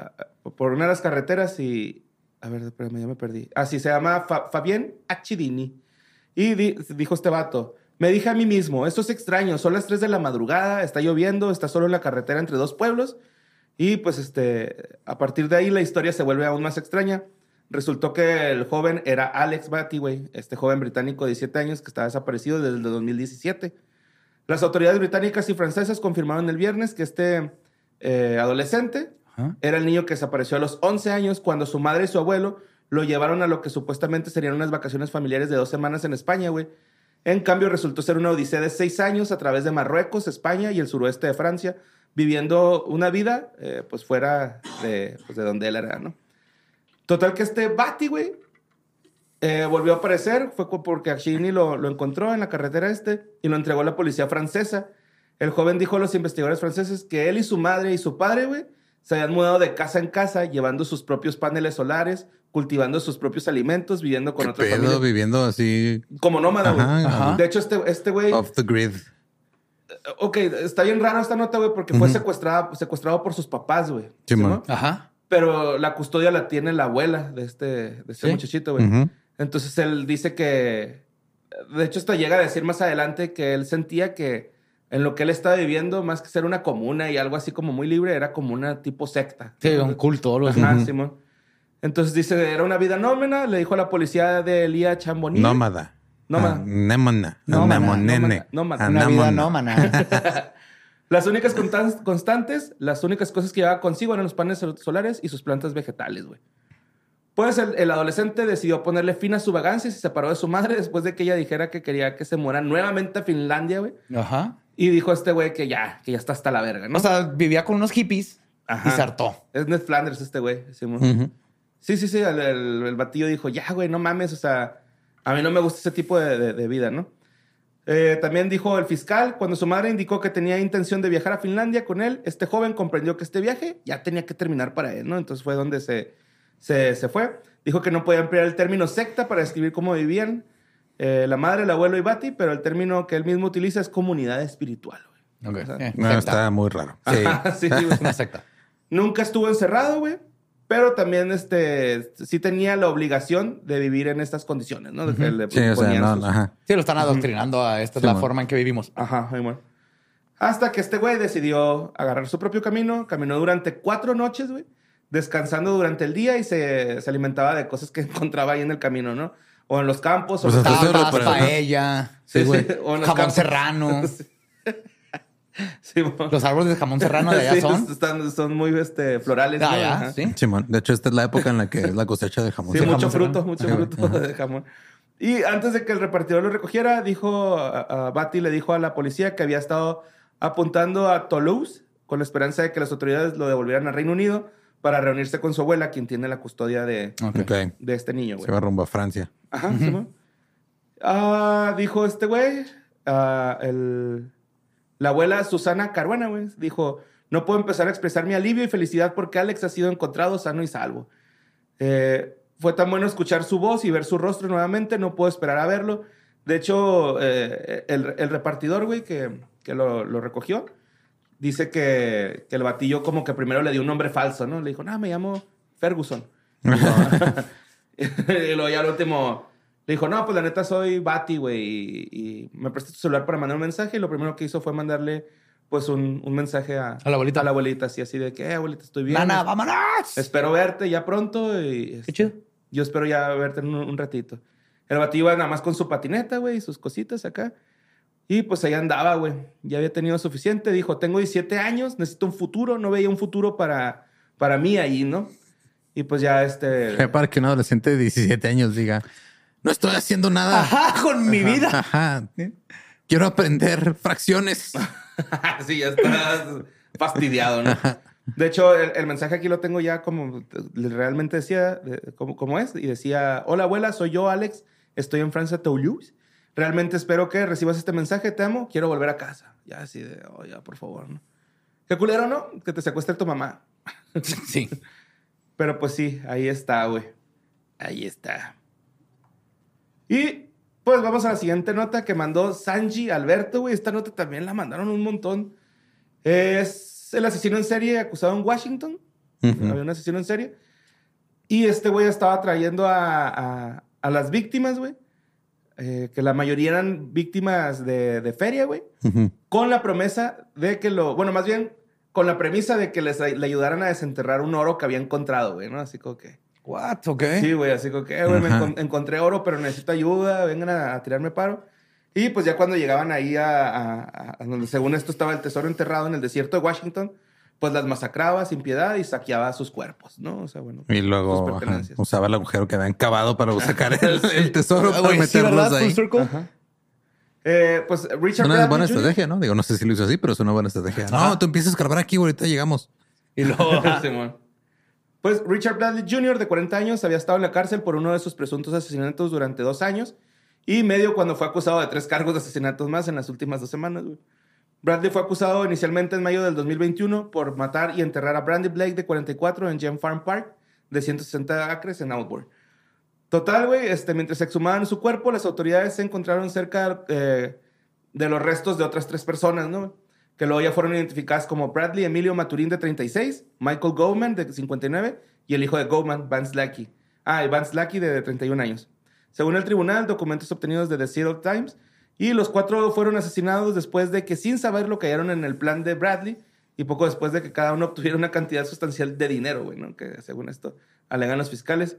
[SPEAKER 5] por una de las carreteras y... A ver, espérame, ya me perdí. Así se llama Fa- Fabián Achidini. Y di- dijo este vato, me dije a mí mismo, esto es extraño, son las 3 de la madrugada, está lloviendo, está solo en la carretera entre dos pueblos. Y pues este, a partir de ahí la historia se vuelve aún más extraña. Resultó que el joven era Alex Batty, güey, este joven británico de 17 años que está desaparecido desde el 2017. Las autoridades británicas y francesas confirmaron el viernes que este eh, adolescente
[SPEAKER 4] Ajá.
[SPEAKER 5] era el niño que desapareció a los 11 años cuando su madre y su abuelo lo llevaron a lo que supuestamente serían unas vacaciones familiares de dos semanas en España, güey. En cambio, resultó ser una odisea de seis años a través de Marruecos, España y el suroeste de Francia, viviendo una vida, eh, pues, fuera de, pues, de donde él era, ¿no? Total que este Bati, güey, eh, volvió a aparecer, fue cu- porque Ashini lo, lo encontró en la carretera este y lo entregó a la policía francesa. El joven dijo a los investigadores franceses que él y su madre y su padre, güey, se habían mudado de casa en casa, llevando sus propios paneles solares, cultivando sus propios alimentos, viviendo con
[SPEAKER 3] ¿Qué
[SPEAKER 5] otras
[SPEAKER 3] pedo?
[SPEAKER 5] familias.
[SPEAKER 3] viviendo así
[SPEAKER 5] Como nómada, güey.
[SPEAKER 3] Ajá,
[SPEAKER 4] ajá.
[SPEAKER 5] De hecho, este este güey...
[SPEAKER 3] off the grid.
[SPEAKER 5] Ok, está bien raro esta nota, güey, porque fue secuestrada, secuestrado por sus papás, güey.
[SPEAKER 3] Sí, man.
[SPEAKER 5] mo?
[SPEAKER 4] Ajá.
[SPEAKER 5] Pero la custodia la tiene la abuela de este, de este
[SPEAKER 4] Sí.
[SPEAKER 5] muchachito, güey.
[SPEAKER 3] Ujú.
[SPEAKER 5] Entonces él dice que. De hecho, esto llega a decir más adelante que él sentía que en lo que él estaba viviendo, más que ser una comuna y algo así como muy libre, era como una tipo secta.
[SPEAKER 4] Sí, un culto o algo así.
[SPEAKER 5] Ajá, Simón. Entonces dice, era una vida nómena, le dijo a la policía de Elía Chamboní.
[SPEAKER 3] Nómada.
[SPEAKER 5] Nómada.
[SPEAKER 3] Anémona.
[SPEAKER 4] Nómada,
[SPEAKER 3] Anemonene.
[SPEAKER 5] nómada, nómada.
[SPEAKER 4] Una vida
[SPEAKER 3] Anémona.
[SPEAKER 4] nómana.
[SPEAKER 5] Las únicas contan- constantes, las únicas cosas que llevaba consigo eran los paneles sol- solares y sus plantas vegetales, güey. Pues el, el adolescente decidió ponerle fin a su vagancia y se separó de su madre después de que ella dijera que quería que se muera nuevamente a Finlandia, güey.
[SPEAKER 4] Ajá.
[SPEAKER 5] Y dijo este güey que ya, que ya está hasta la verga, ¿no?
[SPEAKER 4] O sea, vivía con unos hippies
[SPEAKER 5] Ajá.
[SPEAKER 4] y se hartó.
[SPEAKER 5] es Ned Flanders este güey. Simón.
[SPEAKER 3] Ujú.
[SPEAKER 5] Sí, sí, sí. El, el, el batillo dijo, ya, güey, no mames. O sea, a mí no me gusta ese tipo de, de- de vida, ¿no? Eh, también dijo el fiscal, cuando su madre indicó que tenía intención de viajar a Finlandia con él, este joven comprendió que este viaje ya tenía que terminar para él, ¿no? Entonces fue donde se, se, se fue. Dijo que no podía emplear el término secta para describir cómo vivían eh, la madre, el abuelo y Bati, pero el término que él mismo utiliza es comunidad espiritual. güey.
[SPEAKER 4] Ok. Eh,
[SPEAKER 3] No,
[SPEAKER 4] secta.
[SPEAKER 3] está muy raro.
[SPEAKER 5] sí, sí, güey.
[SPEAKER 4] Es una secta.
[SPEAKER 5] Nunca estuvo encerrado, güey. Pero también, este, sí tenía la obligación de vivir en estas condiciones, ¿no? De que le
[SPEAKER 3] Sí, o sea,
[SPEAKER 5] ponían
[SPEAKER 3] no,
[SPEAKER 5] sus-
[SPEAKER 3] ajá.
[SPEAKER 4] Sí, lo están adoctrinando a esta es
[SPEAKER 3] Sí,
[SPEAKER 4] la
[SPEAKER 3] man.
[SPEAKER 4] forma en que vivimos.
[SPEAKER 5] Ajá, ahí muere. Hasta que este güey decidió agarrar su propio camino. Caminó durante cuatro noches, güey. Descansando durante el día y se, se alimentaba de cosas que encontraba ahí en el camino, ¿no? O en los campos. O
[SPEAKER 3] Pues
[SPEAKER 5] en-
[SPEAKER 3] hasta-
[SPEAKER 4] Tabas,
[SPEAKER 3] pero-
[SPEAKER 4] paella,
[SPEAKER 5] Sí,
[SPEAKER 4] sí, güey.
[SPEAKER 5] sí, o en los
[SPEAKER 4] jamón
[SPEAKER 5] campos.
[SPEAKER 4] serrano.
[SPEAKER 5] Sí, mo-
[SPEAKER 4] Los árboles de jamón serrano de allá
[SPEAKER 5] Sí,
[SPEAKER 4] son.
[SPEAKER 5] están- son muy este, florales.
[SPEAKER 4] De
[SPEAKER 3] Ah,
[SPEAKER 5] ¿no?
[SPEAKER 4] allá,
[SPEAKER 5] Ajá.
[SPEAKER 4] sí.
[SPEAKER 3] Simón. De hecho, esta es la época en la que es la cosecha de jamón.
[SPEAKER 5] Sí,
[SPEAKER 3] serrano.
[SPEAKER 5] mucho
[SPEAKER 4] serrano.
[SPEAKER 5] fruto, mucho
[SPEAKER 3] Ajá,
[SPEAKER 5] fruto de jamón. Y antes de que el repartidor lo recogiera, dijo a, a Batty le dijo a la policía que había estado apuntando a Toulouse con la esperanza de que las autoridades lo devolvieran al Reino Unido para reunirse con su abuela, quien tiene la custodia de,
[SPEAKER 4] Ok.
[SPEAKER 3] Ok.
[SPEAKER 5] de este niño, güey.
[SPEAKER 3] Se va rumbo a Francia.
[SPEAKER 5] Ajá, Simón. Ah, dijo este güey, ah, el- la abuela Susana Caruana, güey, dijo, no puedo empezar a expresar mi alivio y felicidad porque Alex ha sido encontrado sano y salvo. Eh, fue tan bueno escuchar su voz y ver su rostro nuevamente, no puedo esperar a verlo. De hecho, eh, el, el repartidor, güey, que, que lo, lo recogió, dice que, que el batillo como que primero le dio un nombre falso, ¿no? Le "Ah, dijo, no, me llamo Ferguson. y luego ya al último le Le dijo, no, pues la neta soy Bati, güey, y, y me presté tu celular para mandar un mensaje. Y lo primero que hizo fue mandarle, pues, un, un mensaje a,
[SPEAKER 4] A la abuelita.
[SPEAKER 5] A así, así de que, eh, abuelita, estoy bien.
[SPEAKER 4] Nana,
[SPEAKER 5] Es-
[SPEAKER 4] vámonos.
[SPEAKER 5] Espero verte ya pronto. Y, este,
[SPEAKER 4] Pues, Qué chido.
[SPEAKER 5] Yo espero ya verte en un, un ratito. El vato iba nada más con su patineta, güey, y sus cositas acá. Y pues ahí andaba, güey. Ya había tenido suficiente. Dijo, tengo 17 años, necesito un futuro. No veía un futuro para, para mí ahí, ¿no? Y pues ya este...
[SPEAKER 3] Eh, Para que un adolescente de 17 años diga, no estoy haciendo nada.
[SPEAKER 4] Ajá, con mi
[SPEAKER 3] Ajá,
[SPEAKER 4] vida.
[SPEAKER 3] ajá. Quiero aprender fracciones.
[SPEAKER 4] Ah,
[SPEAKER 5] sí, ya estás fastidiado, ¿no? De hecho, el, el mensaje aquí lo tengo ya como realmente decía, eh, como, como es, y decía, hola abuela, soy yo, Alex, estoy en Francia, Toulouse. Realmente espero que recibas este mensaje, te amo, quiero volver a casa. Ya así de, oh, ya, por favor, ¿no? Qué culero, ¿no? Que te secuestre tu mamá.
[SPEAKER 4] Sí.
[SPEAKER 5] Pero pues sí, ahí está, güey. Ahí está. Y pues vamos a la siguiente nota que mandó Sanji Alberto, güey. Esta nota también la mandaron un montón. Es el asesino en serie acusado en Washington.
[SPEAKER 3] Ujú.
[SPEAKER 5] Había un asesino en serie. Y este güey estaba trayendo a, a- a las víctimas, güey. Eh, que la mayoría eran víctimas de, de feria, güey
[SPEAKER 3] Ujú.
[SPEAKER 5] con la promesa de que lo, bueno, más bien con la premisa de que les le ayudaran a desenterrar un oro que había encontrado, güey, ¿no? Así como que,
[SPEAKER 4] What? Ok.
[SPEAKER 5] sí, güey, así como que, eh, güey, me
[SPEAKER 3] Ajá.
[SPEAKER 5] encon- encontré oro, pero necesito ayuda, vengan a, a tirarme paro. Y pues ya cuando llegaban ahí a, a- a donde según esto estaba el tesoro enterrado en el desierto de Washington, pues las masacraba sin piedad y saqueaba sus cuerpos, ¿no? O sea, bueno.
[SPEAKER 3] Y
[SPEAKER 5] sus
[SPEAKER 3] luego ajá,
[SPEAKER 5] pertenencias.
[SPEAKER 3] usaba el agujero que habían cavado para sacar el, el tesoro
[SPEAKER 4] Ah,
[SPEAKER 3] para
[SPEAKER 4] güey, sí,
[SPEAKER 3] meterlos
[SPEAKER 4] ¿verdad? Full
[SPEAKER 3] ahí.
[SPEAKER 4] circle.
[SPEAKER 5] Eh, pues
[SPEAKER 3] Es
[SPEAKER 5] Richard
[SPEAKER 3] una
[SPEAKER 5] Bradley
[SPEAKER 3] buena
[SPEAKER 5] Jr.
[SPEAKER 3] estrategia, ¿no? Digo, no sé si lo hizo así, pero es una buena estrategia. No,
[SPEAKER 4] Ajá.
[SPEAKER 3] tú empiezas a escarbar aquí, ahorita llegamos.
[SPEAKER 4] Y luego.
[SPEAKER 5] Simón. Pues Richard Bradley Jr., de 40 años, había estado en la cárcel por uno de sus presuntos asesinatos durante dos años y medio cuando fue acusado de tres cargos de asesinatos más en las últimas dos semanas. güey. Bradley fue acusado inicialmente en mayo del 2021 por matar y enterrar a Brandy Blake, de 44, en Gem Farm Park, de 160 acres en Outward. Total, güey, este, mientras exhumaban su cuerpo, las autoridades se encontraron cerca eh, de los restos de otras tres personas, ¿no? Que luego ya fueron identificadas como Bradley Emilio Maturín, de 36, Michael Goldman, de 59, y el hijo de Goldman, Vance Lackey. Ah, y Vance Lackey, de 31 años. Según el tribunal, documentos obtenidos de The Seattle Times, y los cuatro fueron asesinados después de que, sin saberlo, cayeron en el plan de Bradley, y poco después de que cada uno obtuviera una cantidad sustancial de dinero, güey, ¿no? Que según esto alegan los fiscales.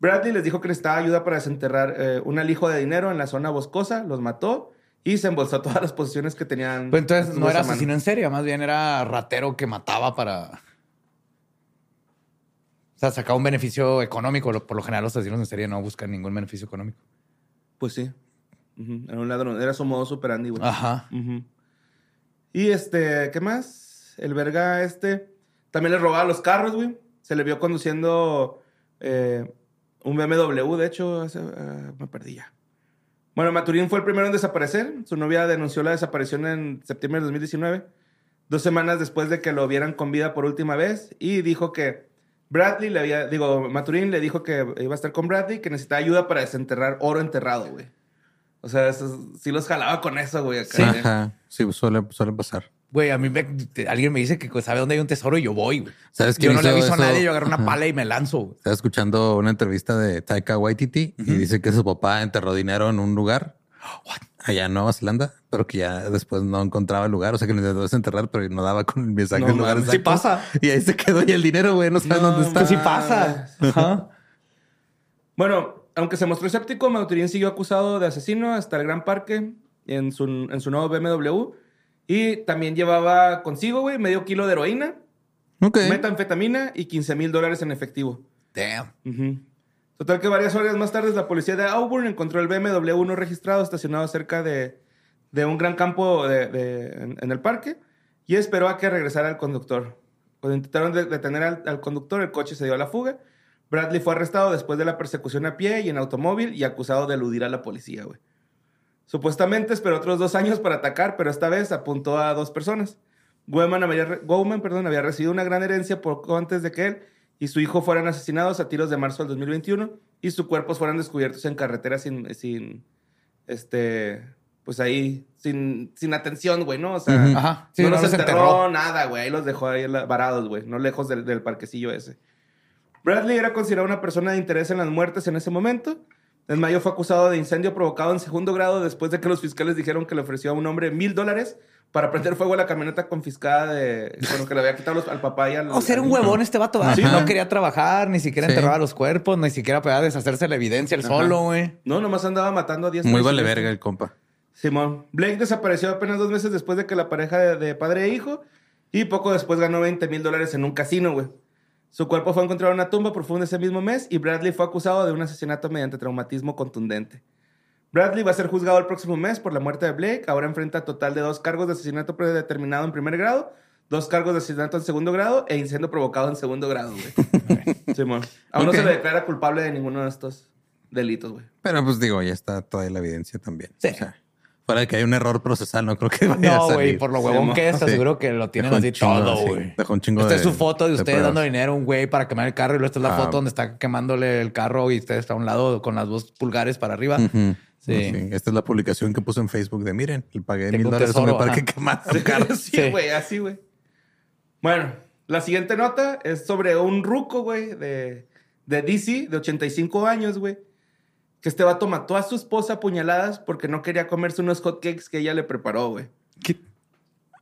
[SPEAKER 5] Bradley les dijo que necesitaba ayuda para desenterrar eh, un alijo de dinero en la zona boscosa, los mató y se embolsó todas las posiciones que tenían.
[SPEAKER 4] Pues entonces
[SPEAKER 5] estos
[SPEAKER 4] no
[SPEAKER 5] dos
[SPEAKER 4] era
[SPEAKER 5] hermanos.
[SPEAKER 4] asesino en serie, más bien era ratero que mataba para. O sea, sacaba un beneficio económico. Lo- Por lo general, los asesinos en serie no buscan ningún beneficio económico.
[SPEAKER 5] Pues sí. Ujú, Era un ladrón. Era su modo superandi, güey.
[SPEAKER 4] Ajá.
[SPEAKER 5] Ujú. Y este, ¿qué más? El verga este también le robaba los carros, güey. Se le vio conduciendo eh, un BMW, de hecho, hace- ah, me perdí ya. Bueno, Maturín fue el primero en desaparecer. Su novia denunció la desaparición en septiembre de 2019, dos semanas después de que lo vieran con vida por última vez, y dijo que Bradley le había, digo, Maturín le dijo que iba a estar con Bradley, que necesitaba ayuda para desenterrar oro enterrado, güey. O sea, eso es- sí los jalaba con eso, güey. acá, ¿eh?
[SPEAKER 3] Ajá. Sí, suele, suele pasar.
[SPEAKER 4] Güey, a mí me- te- alguien me dice que pues, sabe dónde hay un tesoro y yo voy. güey.
[SPEAKER 3] ¿Sabes
[SPEAKER 4] Yo
[SPEAKER 3] quién
[SPEAKER 4] no le
[SPEAKER 3] hizo
[SPEAKER 4] aviso a
[SPEAKER 3] eso?
[SPEAKER 4] nadie, yo agarro una
[SPEAKER 3] Ajá.
[SPEAKER 4] pala y me lanzo. güey.
[SPEAKER 3] Estaba escuchando una entrevista de Taika Waititi y dice que su papá enterró dinero en un lugar allá en Nueva Zelanda, pero que ya después no encontraba el lugar. O sea, que lo intentó desenterrar, pero no daba con el mensaje
[SPEAKER 5] No
[SPEAKER 3] del lugar
[SPEAKER 5] mames.
[SPEAKER 4] Sí
[SPEAKER 3] exacto.
[SPEAKER 4] pasa.
[SPEAKER 3] Y ahí se quedó y el dinero, güey, no sabes
[SPEAKER 5] No
[SPEAKER 3] dónde está.
[SPEAKER 5] mames.
[SPEAKER 4] Sí pasa. Ajá.
[SPEAKER 5] Bueno, aunque se mostró escéptico, Maturín siguió acusado de asesino hasta el Gran Parque en su, en su nuevo BMW. Y también llevaba consigo, güey, medio kilo de heroína,
[SPEAKER 3] Ok.
[SPEAKER 5] metanfetamina y 15 mil dólares en efectivo.
[SPEAKER 4] Damn.
[SPEAKER 5] Ujú. Total que varias horas más tarde la policía de Auburn encontró el BMW no registrado estacionado cerca de, de un gran campo de- de- en, en el parque y esperó a que regresara el conductor. Cuando intentaron de- detener al, al conductor, el coche se dio a la fuga. Bradley fue arrestado después de la persecución a pie y en automóvil y acusado de eludir a la policía, güey. Supuestamente esperó otros dos años para atacar, pero esta vez apuntó a dos personas. Goldman había, re- Goldman, perdón, había recibido una gran herencia poco antes de que él y su hijo fueran asesinados a tiros de marzo del 2021 y sus cuerpos fueran descubiertos en carretera sin, sin este, pues ahí, sin, sin atención, güey, ¿no? O sea,
[SPEAKER 3] Ujú.
[SPEAKER 4] Ajá. Sí,
[SPEAKER 5] no,
[SPEAKER 4] no,
[SPEAKER 5] los
[SPEAKER 4] los
[SPEAKER 5] enterró,
[SPEAKER 4] enterró.
[SPEAKER 5] nada, güey. Ahí los dejó ahí la- varados, güey. No lejos del, del parquecillo ese. Bradley era considerado una persona de interés en las muertes en ese momento. En mayo fue acusado de incendio provocado en segundo grado después de que los fiscales dijeron que le ofreció a un hombre mil dólares para prender fuego a la camioneta confiscada de, con lo que le había quitado los- al papá y al.
[SPEAKER 4] O ser
[SPEAKER 5] al
[SPEAKER 4] un
[SPEAKER 5] hijo.
[SPEAKER 4] huevón este vato. ¿verdad?
[SPEAKER 3] Sí.
[SPEAKER 4] No quería trabajar, ni siquiera
[SPEAKER 3] Sí.
[SPEAKER 4] enterrar a los cuerpos, ni siquiera podía deshacerse la evidencia el solo, güey.
[SPEAKER 5] No, nomás andaba matando a 10
[SPEAKER 3] Muy vale verga el compa.
[SPEAKER 5] Simón. Blake desapareció apenas dos meses después de que la pareja de, de padre e hijo y poco después ganó 20 mil dólares en un casino, güey. Su cuerpo fue encontrado en una tumba profunda ese mismo mes y Bradley fue acusado de un asesinato mediante traumatismo contundente. Bradley va a ser juzgado el próximo mes por la muerte de Blake. Ahora enfrenta total de dos cargos de asesinato predeterminado en primer grado, dos cargos de asesinato en segundo grado e incendio provocado en segundo grado, güey. Simón. Aún
[SPEAKER 3] Ok.
[SPEAKER 5] no se le declara culpable de ninguno de estos delitos, güey.
[SPEAKER 3] Pero pues digo, ya está toda la evidencia también.
[SPEAKER 4] Sí.
[SPEAKER 3] O sea, fuera de que hay un error procesal, no creo que vaya a
[SPEAKER 4] No,
[SPEAKER 3] salir.
[SPEAKER 4] güey, por lo
[SPEAKER 5] Sí,
[SPEAKER 4] huevón
[SPEAKER 5] mo-
[SPEAKER 4] que es, te
[SPEAKER 3] Sí.
[SPEAKER 4] aseguro que lo tienen
[SPEAKER 3] Dejó un
[SPEAKER 4] así
[SPEAKER 3] chingo,
[SPEAKER 4] todo,
[SPEAKER 3] sí.
[SPEAKER 4] güey.
[SPEAKER 3] Dejó un chingo
[SPEAKER 4] Esta es
[SPEAKER 3] de-
[SPEAKER 4] su foto de
[SPEAKER 3] de
[SPEAKER 4] usted dando
[SPEAKER 3] pruebas.
[SPEAKER 4] dinero a un güey para quemar el carro y luego esta es la
[SPEAKER 3] Ah.
[SPEAKER 4] foto donde está quemándole el carro y usted está a un lado con las dos pulgares para arriba.
[SPEAKER 3] Ujú.
[SPEAKER 4] Sí.
[SPEAKER 3] Sí, Esta es la publicación que puso en Facebook de miren, le pagué
[SPEAKER 4] Tengo
[SPEAKER 3] mil
[SPEAKER 4] un
[SPEAKER 3] dólares a mi
[SPEAKER 4] tesoro,
[SPEAKER 3] parque
[SPEAKER 4] ajá.
[SPEAKER 3] quemado. un carro.
[SPEAKER 5] Sí, güey, así, güey. Bueno, la siguiente nota es sobre un ruco, güey, de, de DC, de 85 años, güey. Que este vato mató a su esposa a puñaladas porque no quería comerse unos hotcakes que ella le preparó, güey.
[SPEAKER 3] ¿Qué?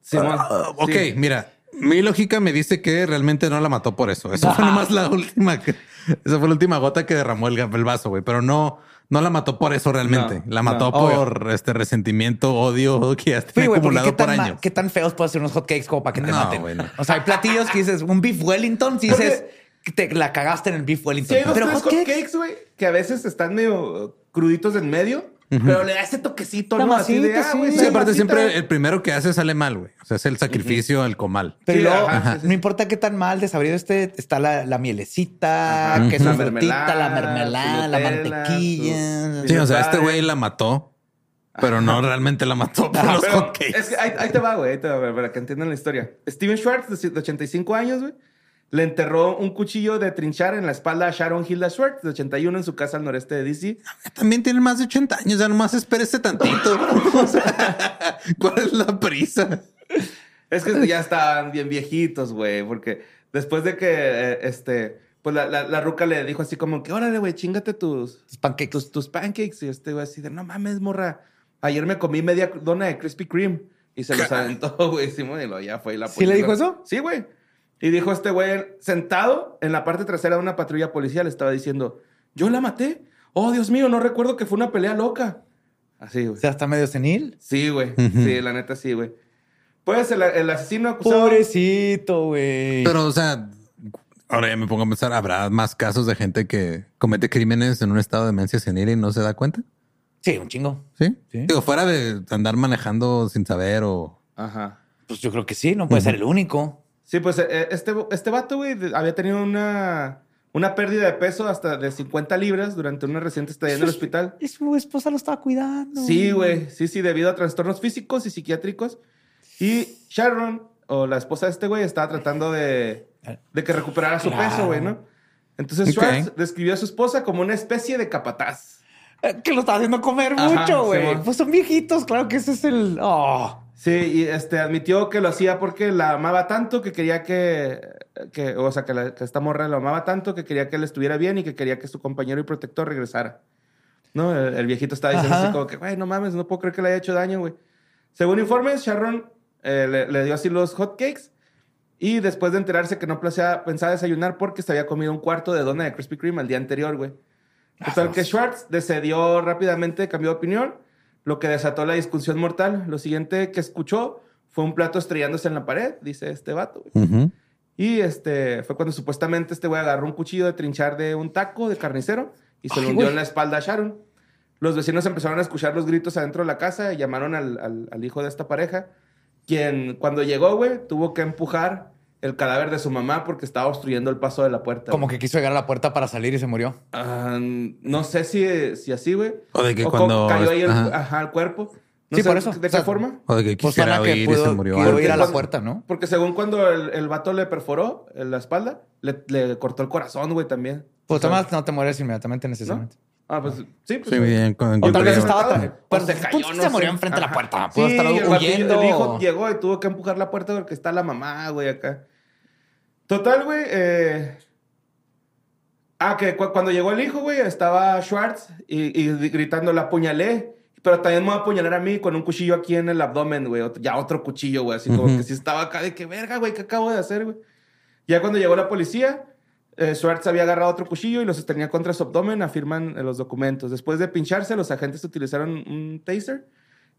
[SPEAKER 5] Simón.
[SPEAKER 3] Ah, ok,
[SPEAKER 5] Sí.
[SPEAKER 3] mira, mi lógica me dice que realmente no la mató por eso. Eso fue nomás la última, que- esa fue la última gota que derramó el, ga- el vaso, güey. Pero no, no la mató por eso realmente.
[SPEAKER 5] No,
[SPEAKER 3] la mató
[SPEAKER 4] no, obvio.
[SPEAKER 3] por este resentimiento, odio que ya
[SPEAKER 4] Sí,
[SPEAKER 3] tenía
[SPEAKER 4] güey, porque qué
[SPEAKER 3] acumulado por
[SPEAKER 4] tan, ma-
[SPEAKER 3] años.
[SPEAKER 4] qué tan feos puede ser unos hotcakes como para que te
[SPEAKER 3] No,
[SPEAKER 4] maten.
[SPEAKER 3] güey, no.
[SPEAKER 4] O sea, hay platillos que dices un beef Wellington, si dices
[SPEAKER 5] Porque-
[SPEAKER 4] que te la cagaste en el beef
[SPEAKER 5] Sí,
[SPEAKER 4] Wellington.
[SPEAKER 5] hay dos,
[SPEAKER 4] Pero
[SPEAKER 5] tres
[SPEAKER 4] hotcakes,
[SPEAKER 5] hotcakes, güey, que a veces están medio eh, cruditos en medio, pero le da ese toquecito,
[SPEAKER 4] La
[SPEAKER 5] ¿no? Así de,
[SPEAKER 4] masita,
[SPEAKER 5] ah, güey,
[SPEAKER 4] sí.
[SPEAKER 3] Sí,
[SPEAKER 5] la
[SPEAKER 3] aparte
[SPEAKER 5] masita.
[SPEAKER 3] siempre el primero que hace sale mal, güey. O sea, es el sacrificio al comal.
[SPEAKER 4] Pero
[SPEAKER 5] Sí,
[SPEAKER 4] luego,
[SPEAKER 5] ajá, sí, sí.
[SPEAKER 4] no importa qué tan mal desabrido esté, está la, la mielecita,
[SPEAKER 5] Ajá.
[SPEAKER 4] que es
[SPEAKER 5] La
[SPEAKER 4] la frutita, la
[SPEAKER 5] mermelada,
[SPEAKER 4] mermelada,
[SPEAKER 5] su
[SPEAKER 4] la
[SPEAKER 5] Nutella,
[SPEAKER 4] mantequilla.
[SPEAKER 5] su-
[SPEAKER 3] Sí, o sea,
[SPEAKER 5] Vale.
[SPEAKER 3] este güey la mató, pero no realmente la mató por los
[SPEAKER 5] Ah, Pero
[SPEAKER 3] hotcakes.
[SPEAKER 5] Es que ahí, ahí te va, güey, ahí te va, para- para que entiendan la historia. Steven Schwartz, de 85 años, güey, le enterró un cuchillo de trinchar en la espalda a Sharon Hilda Schwartz, de 81, en su casa al noreste de DC.
[SPEAKER 3] También tiene más de 80 años, ya nomás espérese tantito. O sea, ¿Cuál es la prisa?
[SPEAKER 5] Es que ya estaban bien viejitos, güey, porque después de que, eh, este, pues la, la, la ruca le dijo así como que, órale, güey, chingate tus,
[SPEAKER 4] Tus pancakes.
[SPEAKER 5] tus, tus pancakes. Y este güey así de, no mames, morra, ayer me comí media dona de Krispy Kreme. Y se los aventó, güey, Simón, y lo ya fue y la
[SPEAKER 4] ¿Sí le dijo
[SPEAKER 5] policía-
[SPEAKER 4] eso?
[SPEAKER 5] Sí, güey. Y dijo este güey, sentado en la parte trasera de una patrulla policial, estaba diciendo, yo la maté. Oh, Dios mío, no recuerdo que fue una pelea loca. Así, güey.
[SPEAKER 4] O sea, está medio senil.
[SPEAKER 5] Sí, güey.
[SPEAKER 3] Ujú.
[SPEAKER 5] Sí, la neta, sí, güey. Pues el, el asesino acusado...
[SPEAKER 4] Pobrecito, güey.
[SPEAKER 3] Pero, o sea, ahora ya me pongo a pensar, ¿habrá más casos de gente que comete crímenes en un estado de demencia senil y no se da cuenta?
[SPEAKER 4] Sí, un chingo.
[SPEAKER 3] ¿Sí?
[SPEAKER 4] Sí.
[SPEAKER 3] Digo, fuera de andar manejando sin saber o...
[SPEAKER 5] Ajá.
[SPEAKER 4] Pues yo creo que sí, no puede ser el único.
[SPEAKER 5] Sí, pues eh, este, este vato, güey, de- había tenido una, una pérdida de peso hasta de 50 libras durante una reciente estadía en el hospital.
[SPEAKER 4] Y su esposa lo estaba cuidando.
[SPEAKER 5] Sí, güey, sí, sí, debido a trastornos físicos y psiquiátricos. Y Sharon, o la esposa de este güey, estaba tratando de, de que recuperara su
[SPEAKER 4] Claro.
[SPEAKER 5] peso, güey, ¿no? Entonces
[SPEAKER 3] Ok.
[SPEAKER 5] Schwartz describió a su esposa como una especie de capataz.
[SPEAKER 4] Eh, Que lo estaba haciendo comer
[SPEAKER 5] Ajá,
[SPEAKER 4] mucho, güey.
[SPEAKER 5] Simón.
[SPEAKER 4] pues son viejitos, claro que ese es el. Oh.
[SPEAKER 5] Sí, y este admitió que lo hacía porque la amaba tanto que quería que, que o sea, que, la- que esta morra lo amaba tanto que quería que él estuviera bien y que quería que su compañero y protector regresara. No, el, el viejito estaba diciendo
[SPEAKER 4] Ajá.
[SPEAKER 5] así como que, güey, no mames, no puedo creer que le haya hecho daño, güey. Según informes, Sharon eh, le, le dio así los hotcakes y después de enterarse que no placea- pensaba desayunar porque se había comido un cuarto de dona de Krispy Kreme el día anterior, güey. Total que Schwartz decidió rápidamente, cambió de opinión, lo que desató la discusión mortal. Lo siguiente que escuchó fue un plato estrellándose en la pared, dice este vato. güey. Y este fue cuando supuestamente este güey agarró un cuchillo de trinchar de un taco de carnicero y se
[SPEAKER 4] Ay,
[SPEAKER 5] lo hundió
[SPEAKER 4] güey.
[SPEAKER 5] en la espalda a Sharon. Los vecinos empezaron a escuchar los gritos adentro de la casa y llamaron al, al- al hijo de esta pareja, quien cuando llegó, güey, tuvo que empujar el cadáver de su mamá porque estaba obstruyendo el paso de la puerta.
[SPEAKER 4] Como
[SPEAKER 5] güey.
[SPEAKER 4] que quiso llegar a la puerta para salir y se murió.
[SPEAKER 5] Ah, no sé si, si así, güey.
[SPEAKER 3] O de que
[SPEAKER 5] cómo
[SPEAKER 3] cuando-
[SPEAKER 5] cayó ahí el,
[SPEAKER 3] ajá.
[SPEAKER 5] ajá, el cuerpo. No
[SPEAKER 4] Sí,
[SPEAKER 5] sé
[SPEAKER 4] por eso.
[SPEAKER 5] ¿De
[SPEAKER 4] O
[SPEAKER 5] qué
[SPEAKER 4] sea,
[SPEAKER 5] forma?
[SPEAKER 3] O de que
[SPEAKER 4] Pues
[SPEAKER 3] quisiera
[SPEAKER 4] suena que
[SPEAKER 3] oír y
[SPEAKER 4] pudo-
[SPEAKER 3] se murió.
[SPEAKER 4] quiero
[SPEAKER 3] antes.
[SPEAKER 4] ir a la
[SPEAKER 5] Porque
[SPEAKER 4] puerta, ¿no?
[SPEAKER 5] Porque según cuando el, el vato le perforó en la espalda, le, le cortó el corazón, güey, también.
[SPEAKER 4] Pues
[SPEAKER 5] O sea,
[SPEAKER 4] Tomás, no te mueres inmediatamente,
[SPEAKER 5] ¿no?
[SPEAKER 4] necesariamente.
[SPEAKER 5] Ah, pues sí, pues.
[SPEAKER 3] Sí, bien, con-
[SPEAKER 4] O
[SPEAKER 3] yo
[SPEAKER 4] tal vez
[SPEAKER 3] creo.
[SPEAKER 4] estaba
[SPEAKER 5] Pues,
[SPEAKER 4] tra- pues,
[SPEAKER 5] se cayó,
[SPEAKER 4] pues,
[SPEAKER 5] no
[SPEAKER 4] se
[SPEAKER 5] sé.
[SPEAKER 4] murió enfrente de la
[SPEAKER 5] Ajá.
[SPEAKER 4] puerta. Pudo
[SPEAKER 5] Sí,
[SPEAKER 4] estar
[SPEAKER 5] el vato-
[SPEAKER 4] huyendo.
[SPEAKER 5] El hijo llegó y tuvo que empujar la puerta porque está la mamá, güey, acá. Total, güey. eh, Ah, que cu- cuando llegó el hijo, güey, estaba Schwartz y, y gritando, la apuñalé, pero también me va a apuñalar a mí con un cuchillo aquí en el abdomen, güey. Otro- Ya otro cuchillo, güey, así como que sí estaba acá de que verga, güey, ¿qué acabo de hacer, güey? Ya cuando llegó la policía, eh, Schwartz había agarrado otro cuchillo y los sostenía contra su abdomen, afirman eh, los documentos. Después de pincharse, los agentes utilizaron un taser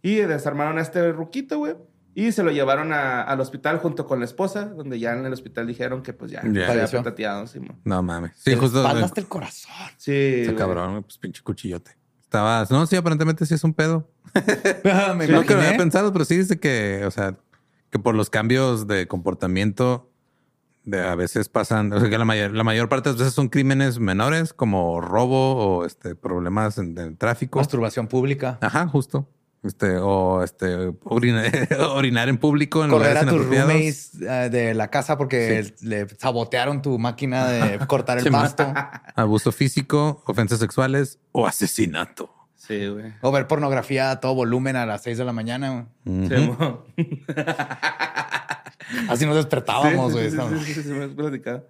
[SPEAKER 5] y desarmaron a este ruquito, güey. Y se lo llevaron a- al hospital junto con la esposa, donde ya en el hospital dijeron que pues ya,
[SPEAKER 3] Ya.
[SPEAKER 5] se había
[SPEAKER 4] Falleció.
[SPEAKER 5] petateado, Simón.
[SPEAKER 3] No mames. Sí, justo.
[SPEAKER 4] Espaldaste el corazón.
[SPEAKER 5] Sí,
[SPEAKER 3] Está
[SPEAKER 5] güey.
[SPEAKER 3] cabrón, güey, pues pinche cuchillote. Estabas. No, sí, aparentemente sí es un pedo.
[SPEAKER 4] me
[SPEAKER 3] No que lo había
[SPEAKER 4] imaginé.
[SPEAKER 3] pensado, pero sí dice que, o sea, que por los cambios de comportamiento de, a veces pasan, o sea, que la mayor, la mayor parte de las veces son crímenes menores como robo o este problemas en, en tráfico.
[SPEAKER 4] Masturbación pública.
[SPEAKER 3] Ajá, justo. Este, o este, orina- orinar en público en
[SPEAKER 4] Correr a
[SPEAKER 3] lugares
[SPEAKER 4] tus
[SPEAKER 3] inapropiados.
[SPEAKER 4] roommates eh, de la casa porque le sabotearon tu máquina de cortar el
[SPEAKER 3] Sí, ma.
[SPEAKER 4] pasto.
[SPEAKER 3] Abuso físico, ofensas sexuales o asesinato.
[SPEAKER 5] Sí, güey.
[SPEAKER 4] O ver pornografía a todo volumen a las 6 de la mañana. güey.
[SPEAKER 3] Ujú.
[SPEAKER 5] Simón.
[SPEAKER 4] Así nos despertábamos,
[SPEAKER 5] Sí,
[SPEAKER 4] güey.
[SPEAKER 5] sí, sí, sí, sí, sí, me has platicado.